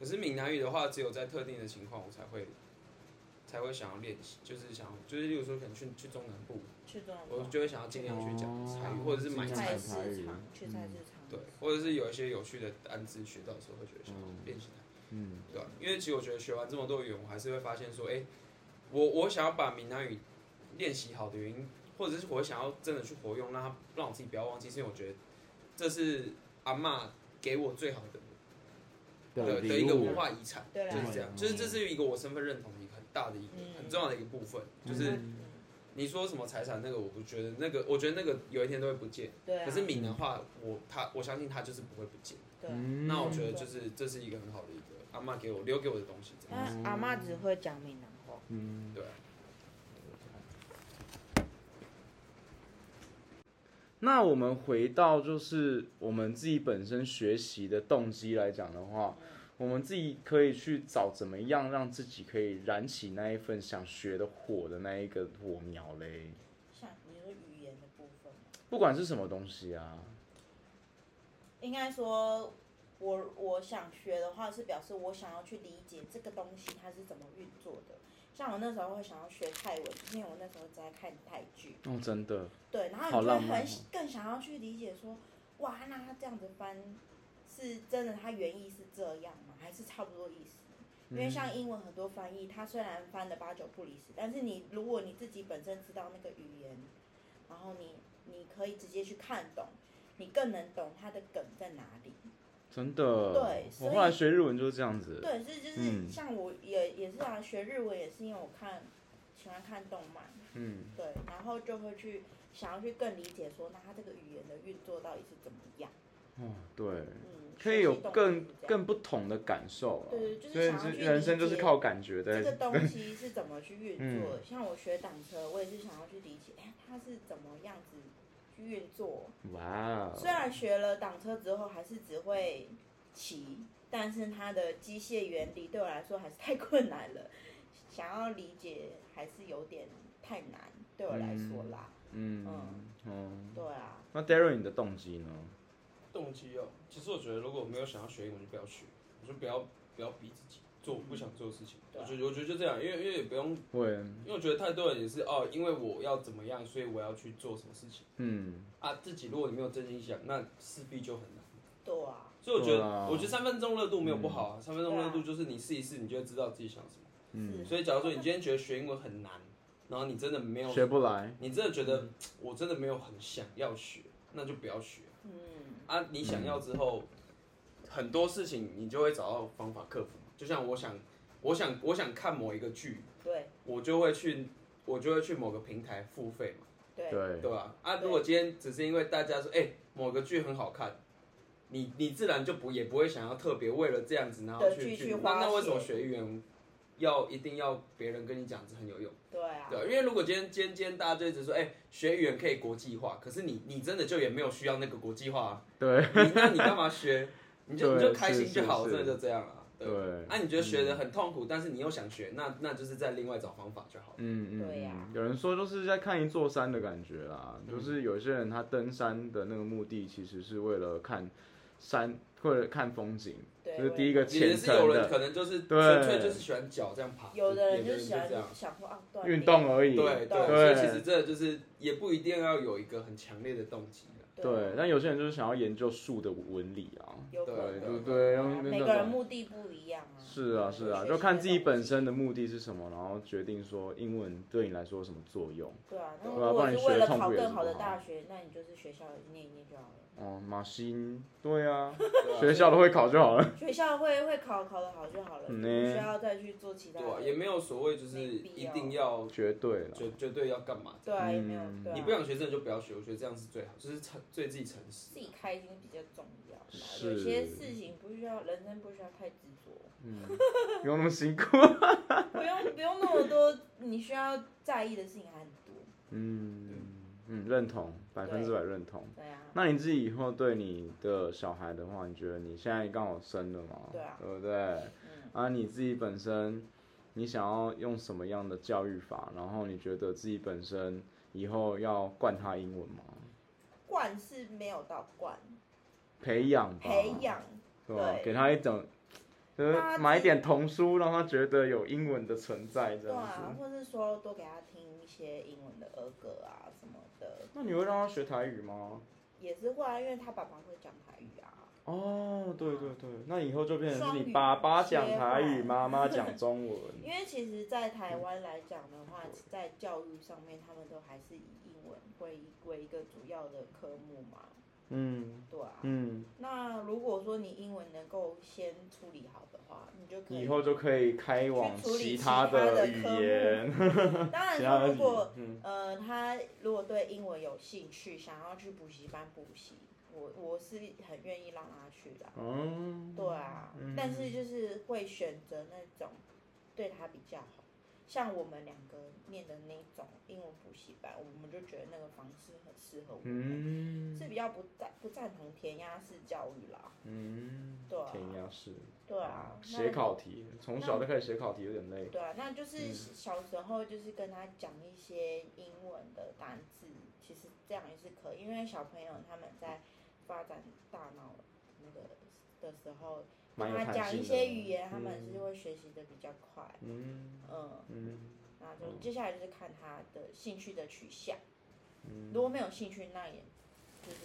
[SPEAKER 2] 可是闽南语的话，只有在特定的情况我才会才会想要练习，就是想要就是例如说可能去去中南部，
[SPEAKER 3] 去中
[SPEAKER 2] 我
[SPEAKER 3] 国
[SPEAKER 2] 就会想要尽量去讲台语，或者是买
[SPEAKER 4] 哦尽量讲
[SPEAKER 2] 菜
[SPEAKER 3] 菜市
[SPEAKER 4] 台语
[SPEAKER 3] 场去菜市场，
[SPEAKER 2] 对，或者是有一些有趣的单字学到的时候，会觉得想要
[SPEAKER 4] 嗯
[SPEAKER 2] 练习它，
[SPEAKER 4] 嗯
[SPEAKER 2] 对吧、因为其实我觉得学完这么多语言，我还是会发现说，哎、我我想要把闽南语练习好的原因，或者是我想要真的去活用，让它让我自己不要忘记，是因为我觉得这是阿嬷给我最好的的
[SPEAKER 4] 礼
[SPEAKER 2] 的一个
[SPEAKER 4] 物
[SPEAKER 2] 文化遗产，
[SPEAKER 3] 对啦
[SPEAKER 2] 就是这样，
[SPEAKER 4] 嗯
[SPEAKER 2] 就是这是一个我身份认同的一个很大的一个
[SPEAKER 3] 嗯
[SPEAKER 2] 很重要的一个部分，就
[SPEAKER 3] 嗯
[SPEAKER 2] 是你说什么财产那个，我不觉得那个，我觉得那个有一天都会不见。
[SPEAKER 3] 对啊，
[SPEAKER 2] 可是闽的话，我他我相信他就是不会不见。
[SPEAKER 3] 对啊，
[SPEAKER 4] 嗯
[SPEAKER 2] 那我觉得就是这是一个很好的一个阿妈给我留给我的东西，这样。
[SPEAKER 3] 但阿妈只会讲闽南话。
[SPEAKER 4] 嗯，
[SPEAKER 2] 对啊，
[SPEAKER 1] 那我们回到就是我们自己本身学习的动机来讲的话，我们自己可以去找怎么样让自己可以燃起那一份想学的火的那一个火苗嘞，
[SPEAKER 3] 像你说语言的部分吗，
[SPEAKER 1] 不管是什么东西啊，
[SPEAKER 3] 应该说，我我想学的话，是表示我想要去理解这个东西它是怎么运作的。像我那时候会想要学泰文，因为我那时候在看泰剧，
[SPEAKER 1] 哦，真的，
[SPEAKER 3] 对，然后
[SPEAKER 1] 好
[SPEAKER 3] 你就会
[SPEAKER 1] 浪漫
[SPEAKER 3] 很
[SPEAKER 1] 哦
[SPEAKER 3] 更想要去理解说，哇，那他这样子翻是真的，他原意是这样吗？还是差不多意思？因为
[SPEAKER 1] 嗯
[SPEAKER 3] 像英文很多翻译，它虽然翻的八九不离十，但是你如果你自己本身知道那个语言，然后你你可以直接去看懂，你更能懂它的梗在哪里。
[SPEAKER 1] 真的，
[SPEAKER 3] 对所以
[SPEAKER 1] 我后来学日文就是这样子，
[SPEAKER 3] 对，是就是
[SPEAKER 1] 嗯
[SPEAKER 3] 像我也也是啊，学日文也是因为我看喜欢看动漫，
[SPEAKER 1] 嗯，
[SPEAKER 3] 对，然后就会去想要去更理解说，那它这个语言的运作到底是怎么样，
[SPEAKER 1] 哦，对，
[SPEAKER 3] 嗯，
[SPEAKER 1] 可以有
[SPEAKER 3] 学习动
[SPEAKER 1] 更
[SPEAKER 3] 漫是这样
[SPEAKER 1] 更不同的感受啊，
[SPEAKER 3] 对就是
[SPEAKER 1] 所以
[SPEAKER 3] 想要去
[SPEAKER 1] 人生就是
[SPEAKER 3] 理解
[SPEAKER 1] 靠感觉
[SPEAKER 3] 这个
[SPEAKER 1] 的，
[SPEAKER 3] 东西是怎么去运
[SPEAKER 1] 嗯
[SPEAKER 3] 作？像我学挡车，我也是想要去理解，哎，它是怎么样子去运作？
[SPEAKER 1] 哇哦，
[SPEAKER 3] 虽然学了挡车之后，还是只会骑，但是它的机械原理对我来说还是太困难了，想要理解还是有点太难，对我来说啦。
[SPEAKER 1] 嗯
[SPEAKER 3] 嗯
[SPEAKER 1] 嗯，
[SPEAKER 3] 对啊，
[SPEAKER 1] 那 Darren 你的动机呢？
[SPEAKER 2] 动机哦，其实我觉得如果没有想要学英文，就不要学，我就不要不要逼自己做不想做的事情。
[SPEAKER 3] 对
[SPEAKER 2] 我
[SPEAKER 3] 啊
[SPEAKER 2] 觉得我觉得就这样，因为因为也不用，
[SPEAKER 1] 会，
[SPEAKER 2] 因为我觉得太多人也是哦，因为我要怎么样，所以我要去做什么事情
[SPEAKER 1] 嗯，
[SPEAKER 2] 啊。自己如果你没有真心想，那势必就很难。
[SPEAKER 3] 对啊，
[SPEAKER 2] 所以我觉
[SPEAKER 1] 对
[SPEAKER 2] 得，
[SPEAKER 1] 啊
[SPEAKER 2] 我觉得三分钟热度没有不好啊，
[SPEAKER 3] 嗯
[SPEAKER 2] 三分钟热度
[SPEAKER 3] 对
[SPEAKER 2] 就是你试一试，你就会知道自己想什么。
[SPEAKER 1] 嗯
[SPEAKER 3] 是。
[SPEAKER 2] 所以假如说你今天觉得学英文很难，然后你真的没有
[SPEAKER 1] 学不来，
[SPEAKER 2] 你真的觉得我真的没有很想要学，那就不要学
[SPEAKER 3] 嗯，
[SPEAKER 2] 啊！你想要之后，很多事情你就会找到方法克服。就像我想，我想，我想看某一个剧，
[SPEAKER 3] 对
[SPEAKER 2] 我就会去，我就会去某个平台付费嘛，
[SPEAKER 3] 对
[SPEAKER 1] 对
[SPEAKER 2] 对吧、啊，
[SPEAKER 3] 对
[SPEAKER 2] 如果今天只是因为大家说，哎、某个剧很好看。你你自然就不也不会想要特别为了这样子，然后
[SPEAKER 3] 对
[SPEAKER 2] 去
[SPEAKER 3] 去去
[SPEAKER 2] 那
[SPEAKER 3] 花
[SPEAKER 2] 那为
[SPEAKER 3] 钱
[SPEAKER 2] 什么学语言要一定要别人跟你讲是很有用？
[SPEAKER 3] 对啊，
[SPEAKER 2] 对，因为如果今天今天今天大家就一直说，哎、学语言可以国际化，可是你你真的就也没有需要那个国际化、
[SPEAKER 1] 对
[SPEAKER 2] 啊，你那你干嘛 学？你就你
[SPEAKER 1] 对
[SPEAKER 2] 就开心
[SPEAKER 1] 是
[SPEAKER 2] 就好，
[SPEAKER 1] 是
[SPEAKER 2] 真的就这样啊。对，
[SPEAKER 1] 对，嗯
[SPEAKER 2] 啊，你觉得学的很痛苦，但是你又想学，那那就是再另外找方法就好了。
[SPEAKER 1] 嗯嗯，
[SPEAKER 3] 对呀嗯
[SPEAKER 1] 嗯有人说就是在看一座山的感觉啦，就是有些人他登山的那个目的其实是为了看山，或者看风景，
[SPEAKER 3] 对
[SPEAKER 1] 这是第一个
[SPEAKER 2] 也
[SPEAKER 1] 浅
[SPEAKER 2] 是有
[SPEAKER 1] 层
[SPEAKER 2] 人
[SPEAKER 1] 的
[SPEAKER 2] 可能就是
[SPEAKER 1] 对
[SPEAKER 2] 纯粹就是喜欢脚这样爬，
[SPEAKER 3] 有的人
[SPEAKER 2] 就
[SPEAKER 3] 就
[SPEAKER 2] 也
[SPEAKER 3] 喜
[SPEAKER 2] 就
[SPEAKER 3] 欢
[SPEAKER 2] 这样。
[SPEAKER 3] 想说啊，锻炼
[SPEAKER 1] 运动而已，
[SPEAKER 2] 对所
[SPEAKER 3] 对
[SPEAKER 2] 以
[SPEAKER 1] 对
[SPEAKER 2] 其实这就是也不一定要有一个很强烈的动机啊
[SPEAKER 1] 对，但有些人就是想要研究树的纹理啊，
[SPEAKER 3] 有可
[SPEAKER 2] 对
[SPEAKER 3] 能
[SPEAKER 1] 对对，
[SPEAKER 3] 啊
[SPEAKER 1] 用那
[SPEAKER 3] 每个人
[SPEAKER 1] 种。
[SPEAKER 3] 目的不一样啊。
[SPEAKER 1] 是啊，是啊，
[SPEAKER 3] 学习
[SPEAKER 1] 就看
[SPEAKER 3] 的
[SPEAKER 1] 自己
[SPEAKER 3] 东
[SPEAKER 1] 本
[SPEAKER 3] 西
[SPEAKER 1] 身的目的是什么，然后决定说英文对你来说有什么作用。
[SPEAKER 3] 对啊，那
[SPEAKER 1] 对
[SPEAKER 3] 如
[SPEAKER 1] 啊
[SPEAKER 3] 果是为了考更好的
[SPEAKER 1] 不啊然
[SPEAKER 3] 大学，那你就是学校念一念就好了。
[SPEAKER 1] 哦，马新，对 啊，
[SPEAKER 2] 对啊。
[SPEAKER 1] 学校都会考就好了。
[SPEAKER 3] 学校会会考考得好就好了，不
[SPEAKER 1] 嗯
[SPEAKER 3] 需要再去做其他
[SPEAKER 2] 对啊，
[SPEAKER 3] 的。
[SPEAKER 2] 也没有所谓就是
[SPEAKER 3] 没必
[SPEAKER 2] 一
[SPEAKER 3] 要
[SPEAKER 2] 定要
[SPEAKER 1] 绝对了，
[SPEAKER 2] 绝绝对要干嘛
[SPEAKER 3] 对啊，也没有
[SPEAKER 1] 嗯。
[SPEAKER 3] 对啊
[SPEAKER 2] 你不想学，真的就不要学。我觉得这样是最好，就是诚对自己诚实
[SPEAKER 3] 自。己开心比较重要啦。
[SPEAKER 1] 是
[SPEAKER 3] 有些事情不需要，人生不需要太执着，
[SPEAKER 1] 嗯，不用那么辛苦。
[SPEAKER 3] 不用不用那么多，你需要在意的事情还很多。
[SPEAKER 1] 嗯嗯，认同，百分之百认同。
[SPEAKER 3] 对啊，
[SPEAKER 1] 那你自己以后对你的小孩的话，你觉得你现在刚好生了嘛？
[SPEAKER 3] 对啊
[SPEAKER 1] 不对？
[SPEAKER 3] 嗯，
[SPEAKER 1] 啊，你自己本身，你想要用什么样的教育法？然后你觉得自己本身以后要灌他英文吗？
[SPEAKER 3] 惯是没有到惯，
[SPEAKER 1] 培养吧，
[SPEAKER 3] 培，养
[SPEAKER 1] 对吧？
[SPEAKER 3] 对
[SPEAKER 1] 给他一种，就是
[SPEAKER 3] 他
[SPEAKER 1] 买一点童书，让他觉得有英文的存在，这
[SPEAKER 3] 对
[SPEAKER 1] 样
[SPEAKER 3] 啊，
[SPEAKER 2] 嗯
[SPEAKER 1] 子。
[SPEAKER 3] 或是说多给他听一些英文的儿歌啊什么的，
[SPEAKER 1] 那你会让他学台语吗？
[SPEAKER 3] 也是会啊，因为他爸爸会讲台语啊。
[SPEAKER 1] 哦，对对对，那以后就变成
[SPEAKER 3] 双
[SPEAKER 1] 是
[SPEAKER 3] 语
[SPEAKER 1] 你爸爸讲
[SPEAKER 3] 切
[SPEAKER 1] 台语，
[SPEAKER 3] 换
[SPEAKER 1] 妈妈 讲中文。
[SPEAKER 3] 因为其实，在台
[SPEAKER 4] 嗯
[SPEAKER 3] 湾来讲的话，在教育上面，他们都还是以英文为为一个主要的科目嘛。
[SPEAKER 4] 嗯
[SPEAKER 3] 对啊。
[SPEAKER 4] 嗯，
[SPEAKER 3] 那如果说你英文能够先处理好的话，你就可以
[SPEAKER 4] 以后就可以开往
[SPEAKER 3] 去处理
[SPEAKER 4] 其
[SPEAKER 3] 其
[SPEAKER 4] 他
[SPEAKER 3] 他的
[SPEAKER 4] 语
[SPEAKER 3] 科目
[SPEAKER 4] 言，
[SPEAKER 3] 当然
[SPEAKER 4] 其他
[SPEAKER 3] 说，
[SPEAKER 4] 的
[SPEAKER 3] 如
[SPEAKER 4] 语
[SPEAKER 3] 果
[SPEAKER 4] 言，嗯，
[SPEAKER 3] 呃，他如果对英文有兴趣，想要去补习班补习，我我是很愿意让他去的啊、
[SPEAKER 4] 哦，
[SPEAKER 3] 对啊，
[SPEAKER 1] 嗯
[SPEAKER 3] 但
[SPEAKER 4] 嗯
[SPEAKER 3] 是就是会选择那种对他比较好。像我们两个念的那种英文补习班，我们就觉得那个方式很适合我们，
[SPEAKER 4] 嗯
[SPEAKER 3] 是比较不赞不赞同填鸭式教育啦。
[SPEAKER 4] 嗯，
[SPEAKER 3] 对啊
[SPEAKER 4] 填鸭式，
[SPEAKER 3] 对啊，那
[SPEAKER 4] 写考题，从小就开始写考题，有点累，
[SPEAKER 3] 对啊，那
[SPEAKER 4] 嗯
[SPEAKER 3] 就是小时候就是跟他讲一些英文的单字，其实这样也是可以，因为小朋友他们在发展大脑那个的时候，
[SPEAKER 4] 蛮有
[SPEAKER 3] 他
[SPEAKER 4] 弹
[SPEAKER 3] 讲
[SPEAKER 4] 性
[SPEAKER 3] 一
[SPEAKER 4] 的
[SPEAKER 3] 些语言，他们是会学习的比较快。
[SPEAKER 4] 嗯
[SPEAKER 3] 嗯，
[SPEAKER 4] 嗯
[SPEAKER 3] 那就接下来就是看他的兴趣的取向，如果没有兴趣，那也就是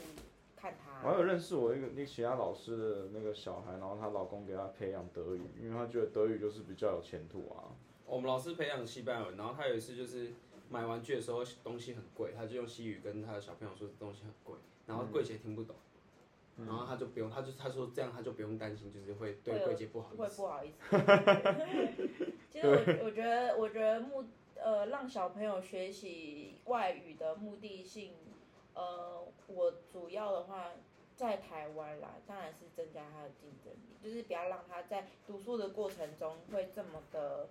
[SPEAKER 3] 看
[SPEAKER 4] 我还
[SPEAKER 3] 他。
[SPEAKER 4] 有认识我一个那个其他老师的那个小孩，然后她老公给她培养德语，因为她觉得德语就是比较有前途啊。
[SPEAKER 2] 我们老师培养西班牙文，然后他有一次就是买玩具的时候东西很贵，他就用西语跟他的小朋友说东西很贵，
[SPEAKER 3] 嗯
[SPEAKER 2] 然后柜姐听不懂，
[SPEAKER 1] 嗯
[SPEAKER 2] 然后他就不用，他就他说这样他就不用担心，就是会对柜姐不好
[SPEAKER 3] 会
[SPEAKER 2] 意思。
[SPEAKER 3] 不好意思。 其实我我觉得，我觉得目呃让小朋友学习外语的目的性，呃，我主要的话在台湾啦，当然是增加他的竞争力，就是不要让他在读书的过程中会这么的。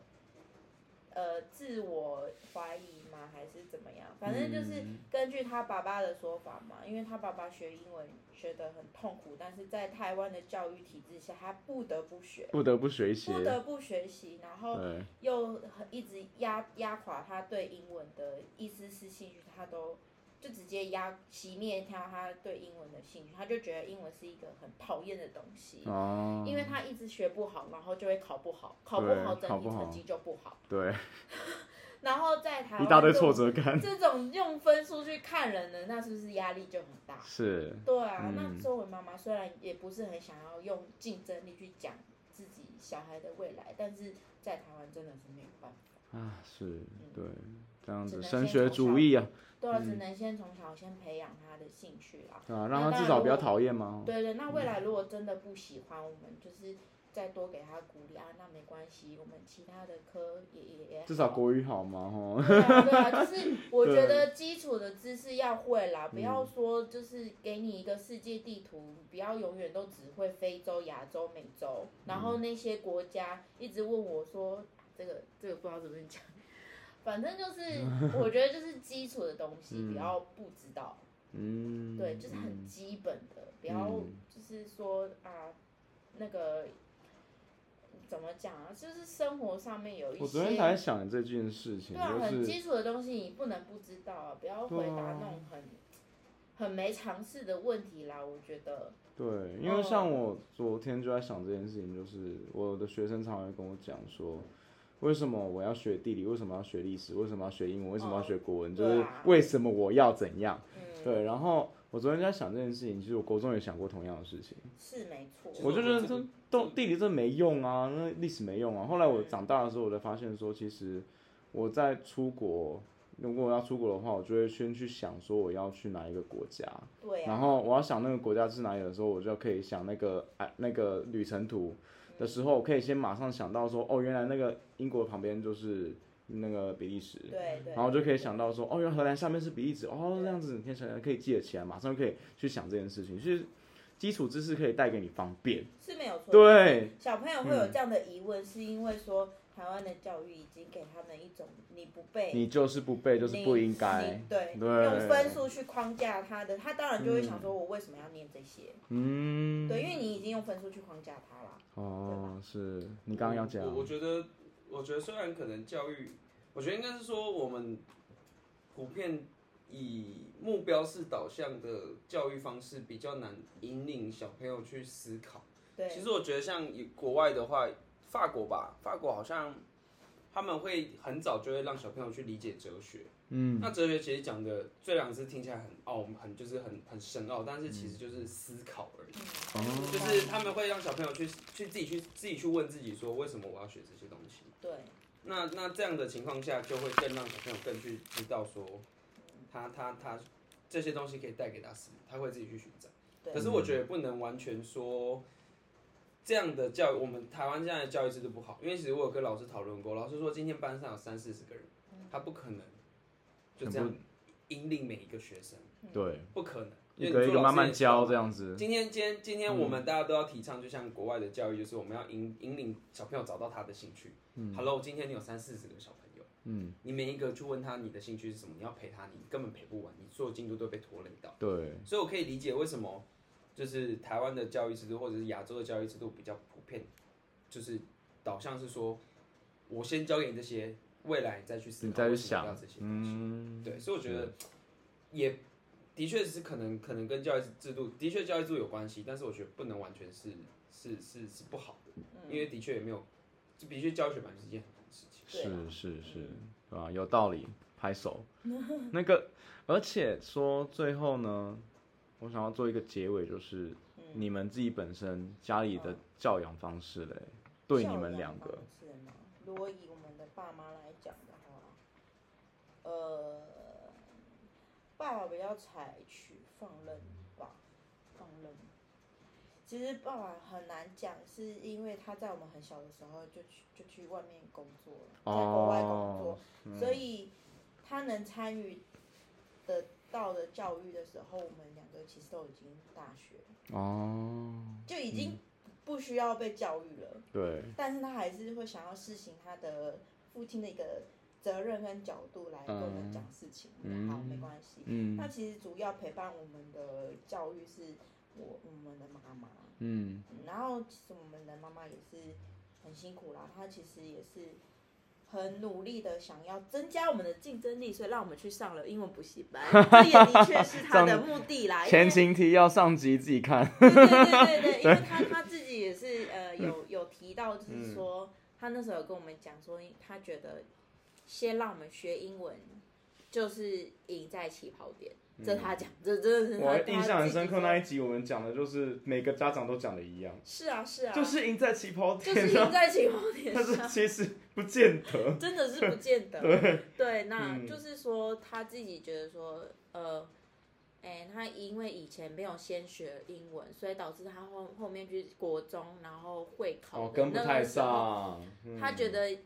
[SPEAKER 3] 呃，自我怀疑吗？还是怎么样？反正就是
[SPEAKER 2] 嗯
[SPEAKER 3] 根据他爸爸的说法嘛，因为他爸爸学英文学得很痛苦，但是在台湾的教育体制下，他不得不学，
[SPEAKER 1] 不得不学习
[SPEAKER 3] 不，得不学习，然后
[SPEAKER 1] 对，
[SPEAKER 3] 又很一直压压垮他对英文的一丝丝兴趣，他都就直接压熄灭掉他对英文的兴趣，他就觉得英文是一个很讨厌的东西，
[SPEAKER 1] 哦，
[SPEAKER 3] 因为他一直学不好，然后就会考不好，考不
[SPEAKER 1] 对
[SPEAKER 3] 好整
[SPEAKER 1] 考
[SPEAKER 3] 体
[SPEAKER 1] 不好
[SPEAKER 3] 成绩就不好，
[SPEAKER 1] 对，
[SPEAKER 3] 然后在台湾
[SPEAKER 1] 一大堆
[SPEAKER 3] 这
[SPEAKER 1] 挫
[SPEAKER 3] 种
[SPEAKER 1] 折 感，
[SPEAKER 3] 这种用分数去看人的，那是不是压力就很大？
[SPEAKER 1] 是，
[SPEAKER 3] 对啊，那
[SPEAKER 1] 嗯
[SPEAKER 3] 作为妈妈虽然也不是很想要用竞争力去讲自己小孩的未来，但是在台湾真的是没有办法。
[SPEAKER 1] 啊，是
[SPEAKER 3] 嗯
[SPEAKER 1] 对，这样
[SPEAKER 3] 只
[SPEAKER 1] 子
[SPEAKER 3] 能
[SPEAKER 1] 升
[SPEAKER 3] 先
[SPEAKER 1] 学
[SPEAKER 3] 从
[SPEAKER 1] 主
[SPEAKER 3] 小
[SPEAKER 1] 义啊，
[SPEAKER 3] 对啊，只能先从小先培养他的兴趣啦。
[SPEAKER 1] 啊，
[SPEAKER 3] 那
[SPEAKER 1] 让他
[SPEAKER 3] 那
[SPEAKER 1] 至少
[SPEAKER 3] 如
[SPEAKER 1] 不要
[SPEAKER 3] 果
[SPEAKER 1] 讨厌
[SPEAKER 4] 哦
[SPEAKER 1] 嘛。
[SPEAKER 3] 对对，那未
[SPEAKER 1] 嗯
[SPEAKER 3] 来如果真的不喜欢，我们就是再多给他鼓励啊，那没关系，我们其他的科也也也好
[SPEAKER 1] 至少国语好嘛，
[SPEAKER 4] 哦
[SPEAKER 1] 吼，
[SPEAKER 3] 对啊，对啊，就是我觉得基础的知识要会啦，不
[SPEAKER 1] 嗯
[SPEAKER 3] 要说就是给你一个世界地图，不要永远都只会非洲、亚洲、美洲，然后那些国家一直问我说这个这个不知道怎么讲，反正就是我觉得就是基础的东西不要不知道，
[SPEAKER 1] 嗯，
[SPEAKER 3] 对，就是很
[SPEAKER 1] 嗯
[SPEAKER 3] 基本的，不要
[SPEAKER 1] 嗯
[SPEAKER 3] 就是说啊那个。怎么讲啊？就是生活上面有一些，
[SPEAKER 1] 我昨天才想这件事情，
[SPEAKER 3] 对啊，
[SPEAKER 1] 就
[SPEAKER 3] 很
[SPEAKER 1] 是
[SPEAKER 3] 基础的东西你不能不知道啊，不要回
[SPEAKER 1] 对
[SPEAKER 3] 答
[SPEAKER 1] 啊
[SPEAKER 3] 那种很、很没尝试的问题啦。我觉得，嗯
[SPEAKER 1] 对，因为像我昨天就在想这件事情，就是我的学生常常会跟我讲说，为什么我要学地理，为什么要学历史，为什么要学英文，为什么要学国文，
[SPEAKER 3] 嗯
[SPEAKER 1] 就是
[SPEAKER 3] 对啊
[SPEAKER 1] 为什么我要怎样？
[SPEAKER 3] 嗯，
[SPEAKER 1] 对，然后我昨天就在想这件事情，其实我国中也想过同样的事情。
[SPEAKER 3] 是没错。
[SPEAKER 1] 我就觉得
[SPEAKER 2] 这
[SPEAKER 1] 这
[SPEAKER 2] 个
[SPEAKER 1] 都地理这没用啊，那历史没用啊。后来我长大的时候，我才发现说，其实我在出国，如果我要出国的话，我就会先去想说我要去哪一个国家，
[SPEAKER 3] 对啊，
[SPEAKER 1] 然后我要想那个国家是哪里的时候，我就可以想那个哎那个旅程图的时候，我可以先马上想到说，哦，原来那个英国旁边就是那个比利时，
[SPEAKER 3] 对对，
[SPEAKER 1] 然后就可以想到说，哦，原来荷兰下面是比利时，哦，这样子，你可以想可以记得起来，马上就可以去想这件事情。其实基础知识可以带给你方便，
[SPEAKER 3] 是没有错。，
[SPEAKER 1] 对，
[SPEAKER 3] 小朋友会有这样的疑问，是因为说台湾的教育已经给他们一种你不背。
[SPEAKER 1] 你就是不背就是不应
[SPEAKER 3] 你
[SPEAKER 1] 该
[SPEAKER 3] 你，对，
[SPEAKER 1] 对
[SPEAKER 3] 用分数去框架他的，他当然就会想说，我为什么要念这些？
[SPEAKER 1] 嗯，
[SPEAKER 3] 对，因为你已经用分数去框架他啦。
[SPEAKER 1] 哦，是你刚刚要讲
[SPEAKER 2] 我，我觉得，我觉得虽然可能教育，我觉得应该是说我们普遍以目标式导向的教育方式比较难引领小朋友去思考。
[SPEAKER 3] 对，
[SPEAKER 2] 其实我觉得像以国外的话，法国吧，法国好像他们会很早就会让小朋友去理解哲学。嗯，那哲学其实讲的这两个字听起来很奥，很就是很很深奥，但是其实就是思考而已。
[SPEAKER 3] 嗯
[SPEAKER 2] 就是他们会让小朋友去去自己去自己去问自己说，为什么我要学这些东西？
[SPEAKER 3] 对，
[SPEAKER 2] 那那这样的情况下，就会更让小朋友更去知道说，他他他这些东西可以带给他什么，他会自己去寻找。
[SPEAKER 3] 对
[SPEAKER 2] 可是
[SPEAKER 1] 嗯
[SPEAKER 2] 我觉得也不能完全说这样的教育，我们台湾现在的教育制度不好，因为其实我有跟老师讨论过，老师说今天班上有三四十个人，他不可能就这样引领每一个学生，
[SPEAKER 3] 嗯
[SPEAKER 1] 对，
[SPEAKER 2] 不可能，因
[SPEAKER 1] 一
[SPEAKER 2] 为
[SPEAKER 1] 个一个慢慢教这
[SPEAKER 2] 样。
[SPEAKER 1] 样子，嗯
[SPEAKER 2] 今天，今天，今天我们大家都要提倡，就像国外的教育，就是我们要引引领小朋友找到他的兴趣。Hello，今天你有三四十个小朋友，
[SPEAKER 1] 嗯，
[SPEAKER 2] 你每一个去问他你的兴趣是什么，你要陪他，你根本陪不完，你所有进度都被拖累到。
[SPEAKER 1] 对，
[SPEAKER 2] 所以我可以理解为什么就是台湾的教育制度或者是亚洲的教育制度比较普遍，就是导向是说，我先教给你这些，未来你再去思
[SPEAKER 1] 你
[SPEAKER 2] 考
[SPEAKER 1] 再
[SPEAKER 2] 为
[SPEAKER 1] 去
[SPEAKER 2] 什么要
[SPEAKER 1] 想
[SPEAKER 2] 这些，。
[SPEAKER 1] 嗯，
[SPEAKER 2] 对，所以我觉得也的确是可能可能跟教育制度的确教育制度有关系，但是我觉得不能完全是是是是不好的，
[SPEAKER 3] 嗯
[SPEAKER 2] 因为的确也没有，就的确教学本来就是一件很难的事情。
[SPEAKER 3] 对啊
[SPEAKER 1] 是是是，对吧？有道理，拍 手。那个，而且说最后呢，我想要做一个结尾，就是
[SPEAKER 3] 嗯
[SPEAKER 1] 你们自己本身家里的教养方式嘞，对你们两个，
[SPEAKER 3] 是吗？如果以我们的爸妈来讲的话，呃，爸爸比较采取放任吧，放任。其实爸爸很难讲，是因为他在我们很小的时候就去就去外面工作了，在国外工作，
[SPEAKER 1] 哦
[SPEAKER 3] 所以他能参与得到的教育的时候，我们两个其实都已经大学了，
[SPEAKER 1] 哦，
[SPEAKER 3] 就已经不需要被教育了。
[SPEAKER 1] 对，
[SPEAKER 3] 但是他还是会想要施行他的父亲的一个责任跟角度来跟我们讲事情。
[SPEAKER 1] 嗯
[SPEAKER 3] 好，没关系。
[SPEAKER 1] 嗯
[SPEAKER 3] 那其实主要陪伴我们的教育是我我们的妈妈，
[SPEAKER 1] 嗯
[SPEAKER 3] 嗯然后其实我们的妈妈也是很辛苦啦，她其实也是很努力的想要增加我们的竞争力，所以让我们去上了英文补习 班，这也的确是她的目的啦。因为
[SPEAKER 1] 前情提要上集自己看，
[SPEAKER 3] 对对对对，对，因为他他自己也是呃有有提到，就是说、他那时候有跟我们讲说，他觉得先让我们学英文，就是赢在起跑点。这他讲，这真的是他
[SPEAKER 1] 我印象很深刻那
[SPEAKER 3] 一
[SPEAKER 1] 一集，我们讲的就是每个家长都讲的一样，
[SPEAKER 3] 是啊是啊，
[SPEAKER 1] 就是赢在起跑
[SPEAKER 3] 就
[SPEAKER 1] 点
[SPEAKER 3] 是
[SPEAKER 1] 上
[SPEAKER 3] 赢，在起跑 点
[SPEAKER 1] 但是
[SPEAKER 3] 上。
[SPEAKER 1] 其实不见得，
[SPEAKER 3] 真的是不见得。对那
[SPEAKER 1] 嗯
[SPEAKER 3] 就是说他自己觉得说，呃，哎、他因为以前没有先学英文，所以导致他后后面去国中，然后会考
[SPEAKER 1] 哦，
[SPEAKER 3] 的
[SPEAKER 1] 跟不
[SPEAKER 3] 那个
[SPEAKER 1] 太
[SPEAKER 3] 时候
[SPEAKER 1] 上，嗯
[SPEAKER 3] 他觉得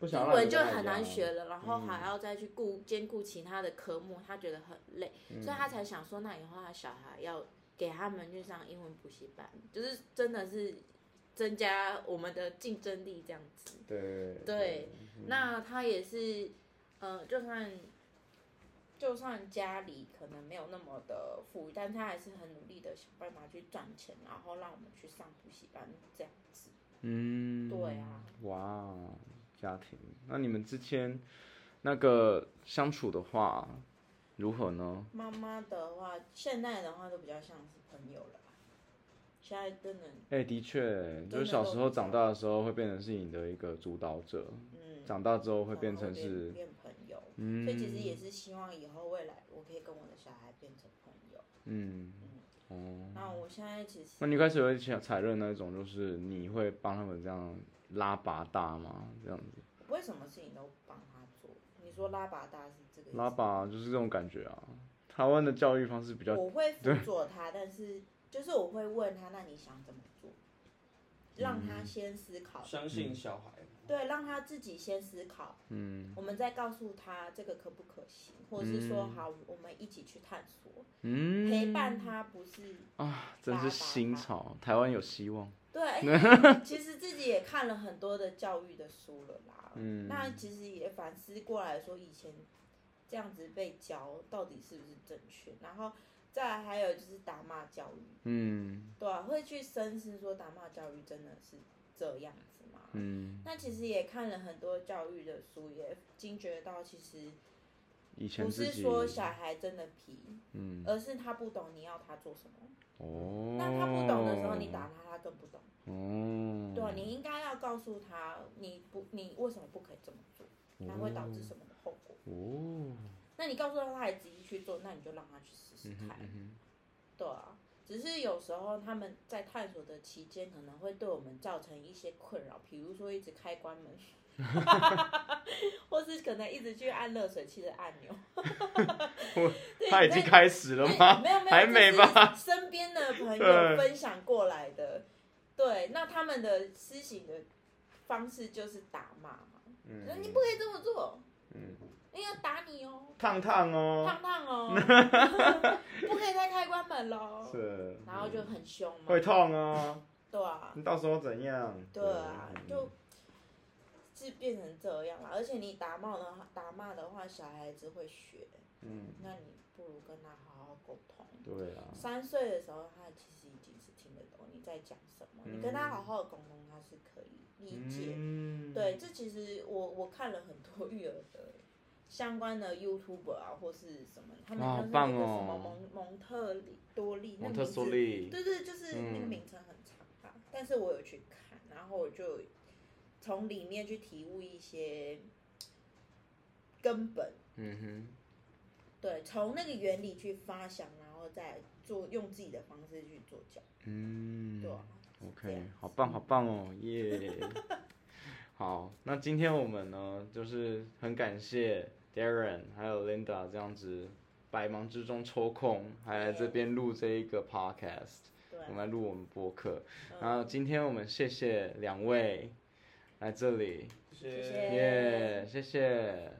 [SPEAKER 1] 不想
[SPEAKER 3] 英
[SPEAKER 1] 让你
[SPEAKER 3] 文
[SPEAKER 1] 跟
[SPEAKER 3] 就
[SPEAKER 1] 他一
[SPEAKER 3] 很
[SPEAKER 1] 样
[SPEAKER 3] 难学了，然后
[SPEAKER 1] 嗯
[SPEAKER 3] 还要再去顾兼顾其他的科目，他觉得很累，
[SPEAKER 1] 嗯
[SPEAKER 3] 所以他才想说，那以后他小孩要给他们去上英文补习班，就是真的是增加我们的竞争力这样子。
[SPEAKER 1] 对嗯
[SPEAKER 3] 对，那他也是，呃，就算就算家里可能没有那么的富裕，但他还是很努力的想办法去赚钱，然后让我们去上补习班这样子。
[SPEAKER 1] 嗯，
[SPEAKER 3] 对啊，
[SPEAKER 1] 哇，家庭，那你们之间那个相处的话如何呢？
[SPEAKER 3] 妈妈的话，现在的话都比较像是朋友了吧，现在真的，
[SPEAKER 1] 哎、的确，
[SPEAKER 3] 真
[SPEAKER 1] 就
[SPEAKER 3] 的
[SPEAKER 1] 是小
[SPEAKER 3] 都
[SPEAKER 1] 时
[SPEAKER 3] 不
[SPEAKER 1] 候
[SPEAKER 3] 错
[SPEAKER 1] 长大的时候会变成是你的一个主导者，
[SPEAKER 3] 嗯，
[SPEAKER 1] 长大之后会变
[SPEAKER 3] 然后
[SPEAKER 1] 成是，
[SPEAKER 3] 变朋友，
[SPEAKER 1] 嗯
[SPEAKER 3] 所以其实也是希望以后未来我可以跟我的小孩变成朋友。
[SPEAKER 1] 嗯，哦，
[SPEAKER 3] 那我现在其实
[SPEAKER 1] 那你一开始会采采认那种，就是你会帮他们这样拉拔大吗？这样子
[SPEAKER 3] 我不会什么事情都帮他做。你说拉把大是这个意思吗
[SPEAKER 1] 拉拔就是这种感觉啊。台湾的教育方式比较
[SPEAKER 3] 我会辅佐他，但是就是我会问他，那你想怎么做？让
[SPEAKER 1] 嗯
[SPEAKER 3] 他先思考，
[SPEAKER 2] 相信小孩，
[SPEAKER 3] 对，让他自己先思考，
[SPEAKER 1] 嗯
[SPEAKER 3] 我们再告诉他这个可不可行，或者是说好，我们一起去探索，
[SPEAKER 1] 嗯
[SPEAKER 3] 陪伴他不是
[SPEAKER 1] 啊，真
[SPEAKER 3] 拉拔
[SPEAKER 1] 是新
[SPEAKER 3] 大
[SPEAKER 1] 潮，台湾有希望。
[SPEAKER 3] 对，因为其实自己也看了很多的教育的书了啦，
[SPEAKER 1] 嗯
[SPEAKER 3] 那其实也反思过来说，以前这样子被教到底是不是正确，然后再来还有就是打骂教育，
[SPEAKER 1] 嗯
[SPEAKER 3] 对啊，会去深思说打骂教育真的是这样子吗？
[SPEAKER 1] 嗯，
[SPEAKER 3] 那其实也看了很多教育的书，也惊觉到其实
[SPEAKER 1] 以前
[SPEAKER 3] 不
[SPEAKER 1] 自
[SPEAKER 3] 是
[SPEAKER 1] 己
[SPEAKER 3] 说小孩真的皮，
[SPEAKER 1] 嗯
[SPEAKER 3] 而是他不懂你要他做什么。
[SPEAKER 1] 哦，
[SPEAKER 3] 那他不懂的时候，你打他，他更不懂。
[SPEAKER 1] 哦，
[SPEAKER 3] 对啊，你应该要告诉他，你不，你为什么不可以这么做？那会导致什么后果？
[SPEAKER 1] 哦，
[SPEAKER 3] 那你告诉他，他还执意去做，那你就让他去试
[SPEAKER 1] 嗯
[SPEAKER 3] 试看。对啊，只是有时候他们在探索的期间，可能会 对我们造成一些困扰，比如说一直开关门，或是就是可能一直去按热水器的按钮。对
[SPEAKER 1] 他已经开始了吗？
[SPEAKER 3] 哎没有 没有，
[SPEAKER 1] 还没吧？嗯
[SPEAKER 3] 身边的 朋
[SPEAKER 1] 对
[SPEAKER 3] 友分享过来的，对，那他们的施行的方式就是打骂嘛，
[SPEAKER 1] 嗯
[SPEAKER 3] 说你不可以这么做，
[SPEAKER 2] 嗯，
[SPEAKER 3] 人家打你哦，
[SPEAKER 1] 烫烫哦，
[SPEAKER 3] 烫烫哦， 不可以再开关门喽，
[SPEAKER 1] 是
[SPEAKER 3] 然后就很凶嘛
[SPEAKER 1] 会，痛哦，
[SPEAKER 3] 对啊，
[SPEAKER 1] 你到时候怎样？
[SPEAKER 3] 对啊，
[SPEAKER 1] 嗯
[SPEAKER 3] 就是变成这样了，而且你打骂的话，打骂的话，小孩子会学，
[SPEAKER 1] 嗯，
[SPEAKER 3] 那你不如跟他好好沟通。
[SPEAKER 1] 对啊，
[SPEAKER 3] 三岁的时候，他其实已经是听得懂你在讲什么，
[SPEAKER 1] 嗯
[SPEAKER 3] 你跟他好好的沟通，他是可以理解。
[SPEAKER 1] 嗯，
[SPEAKER 3] 对，这其实我我看了很多育儿的相关的 YouTube 啊，或是什么，他们
[SPEAKER 1] 哇
[SPEAKER 3] 就
[SPEAKER 1] 好
[SPEAKER 3] 是那
[SPEAKER 1] 棒
[SPEAKER 3] 个
[SPEAKER 1] 哦
[SPEAKER 3] 什么蒙蒙特利多利，那
[SPEAKER 1] 蒙
[SPEAKER 3] 个
[SPEAKER 1] 特
[SPEAKER 3] 名字
[SPEAKER 1] 梭利，
[SPEAKER 3] 对对，就是那个
[SPEAKER 1] 嗯
[SPEAKER 3] 名称很长吧，但是我有去看，然后我就从里面去体悟一些根本。
[SPEAKER 1] 嗯
[SPEAKER 3] 对，从那个原理去发想，然后再做用自己的方式去做教，
[SPEAKER 1] 哼，嗯，
[SPEAKER 3] 对、啊是这
[SPEAKER 1] OK，
[SPEAKER 3] 样
[SPEAKER 1] 好棒，好棒哦，耶、 好，那今天我们呢，就是很感谢 Darren 还有 Linda 这样子百忙之中抽空，还来这边录这一个 podcast，
[SPEAKER 3] 嗯对
[SPEAKER 1] 我们来录我们播客。
[SPEAKER 3] 嗯
[SPEAKER 1] 然后今天我们谢谢两位来这里，
[SPEAKER 2] 谢
[SPEAKER 3] 谢
[SPEAKER 2] 谢
[SPEAKER 3] 谢。
[SPEAKER 1] 耶、谢谢。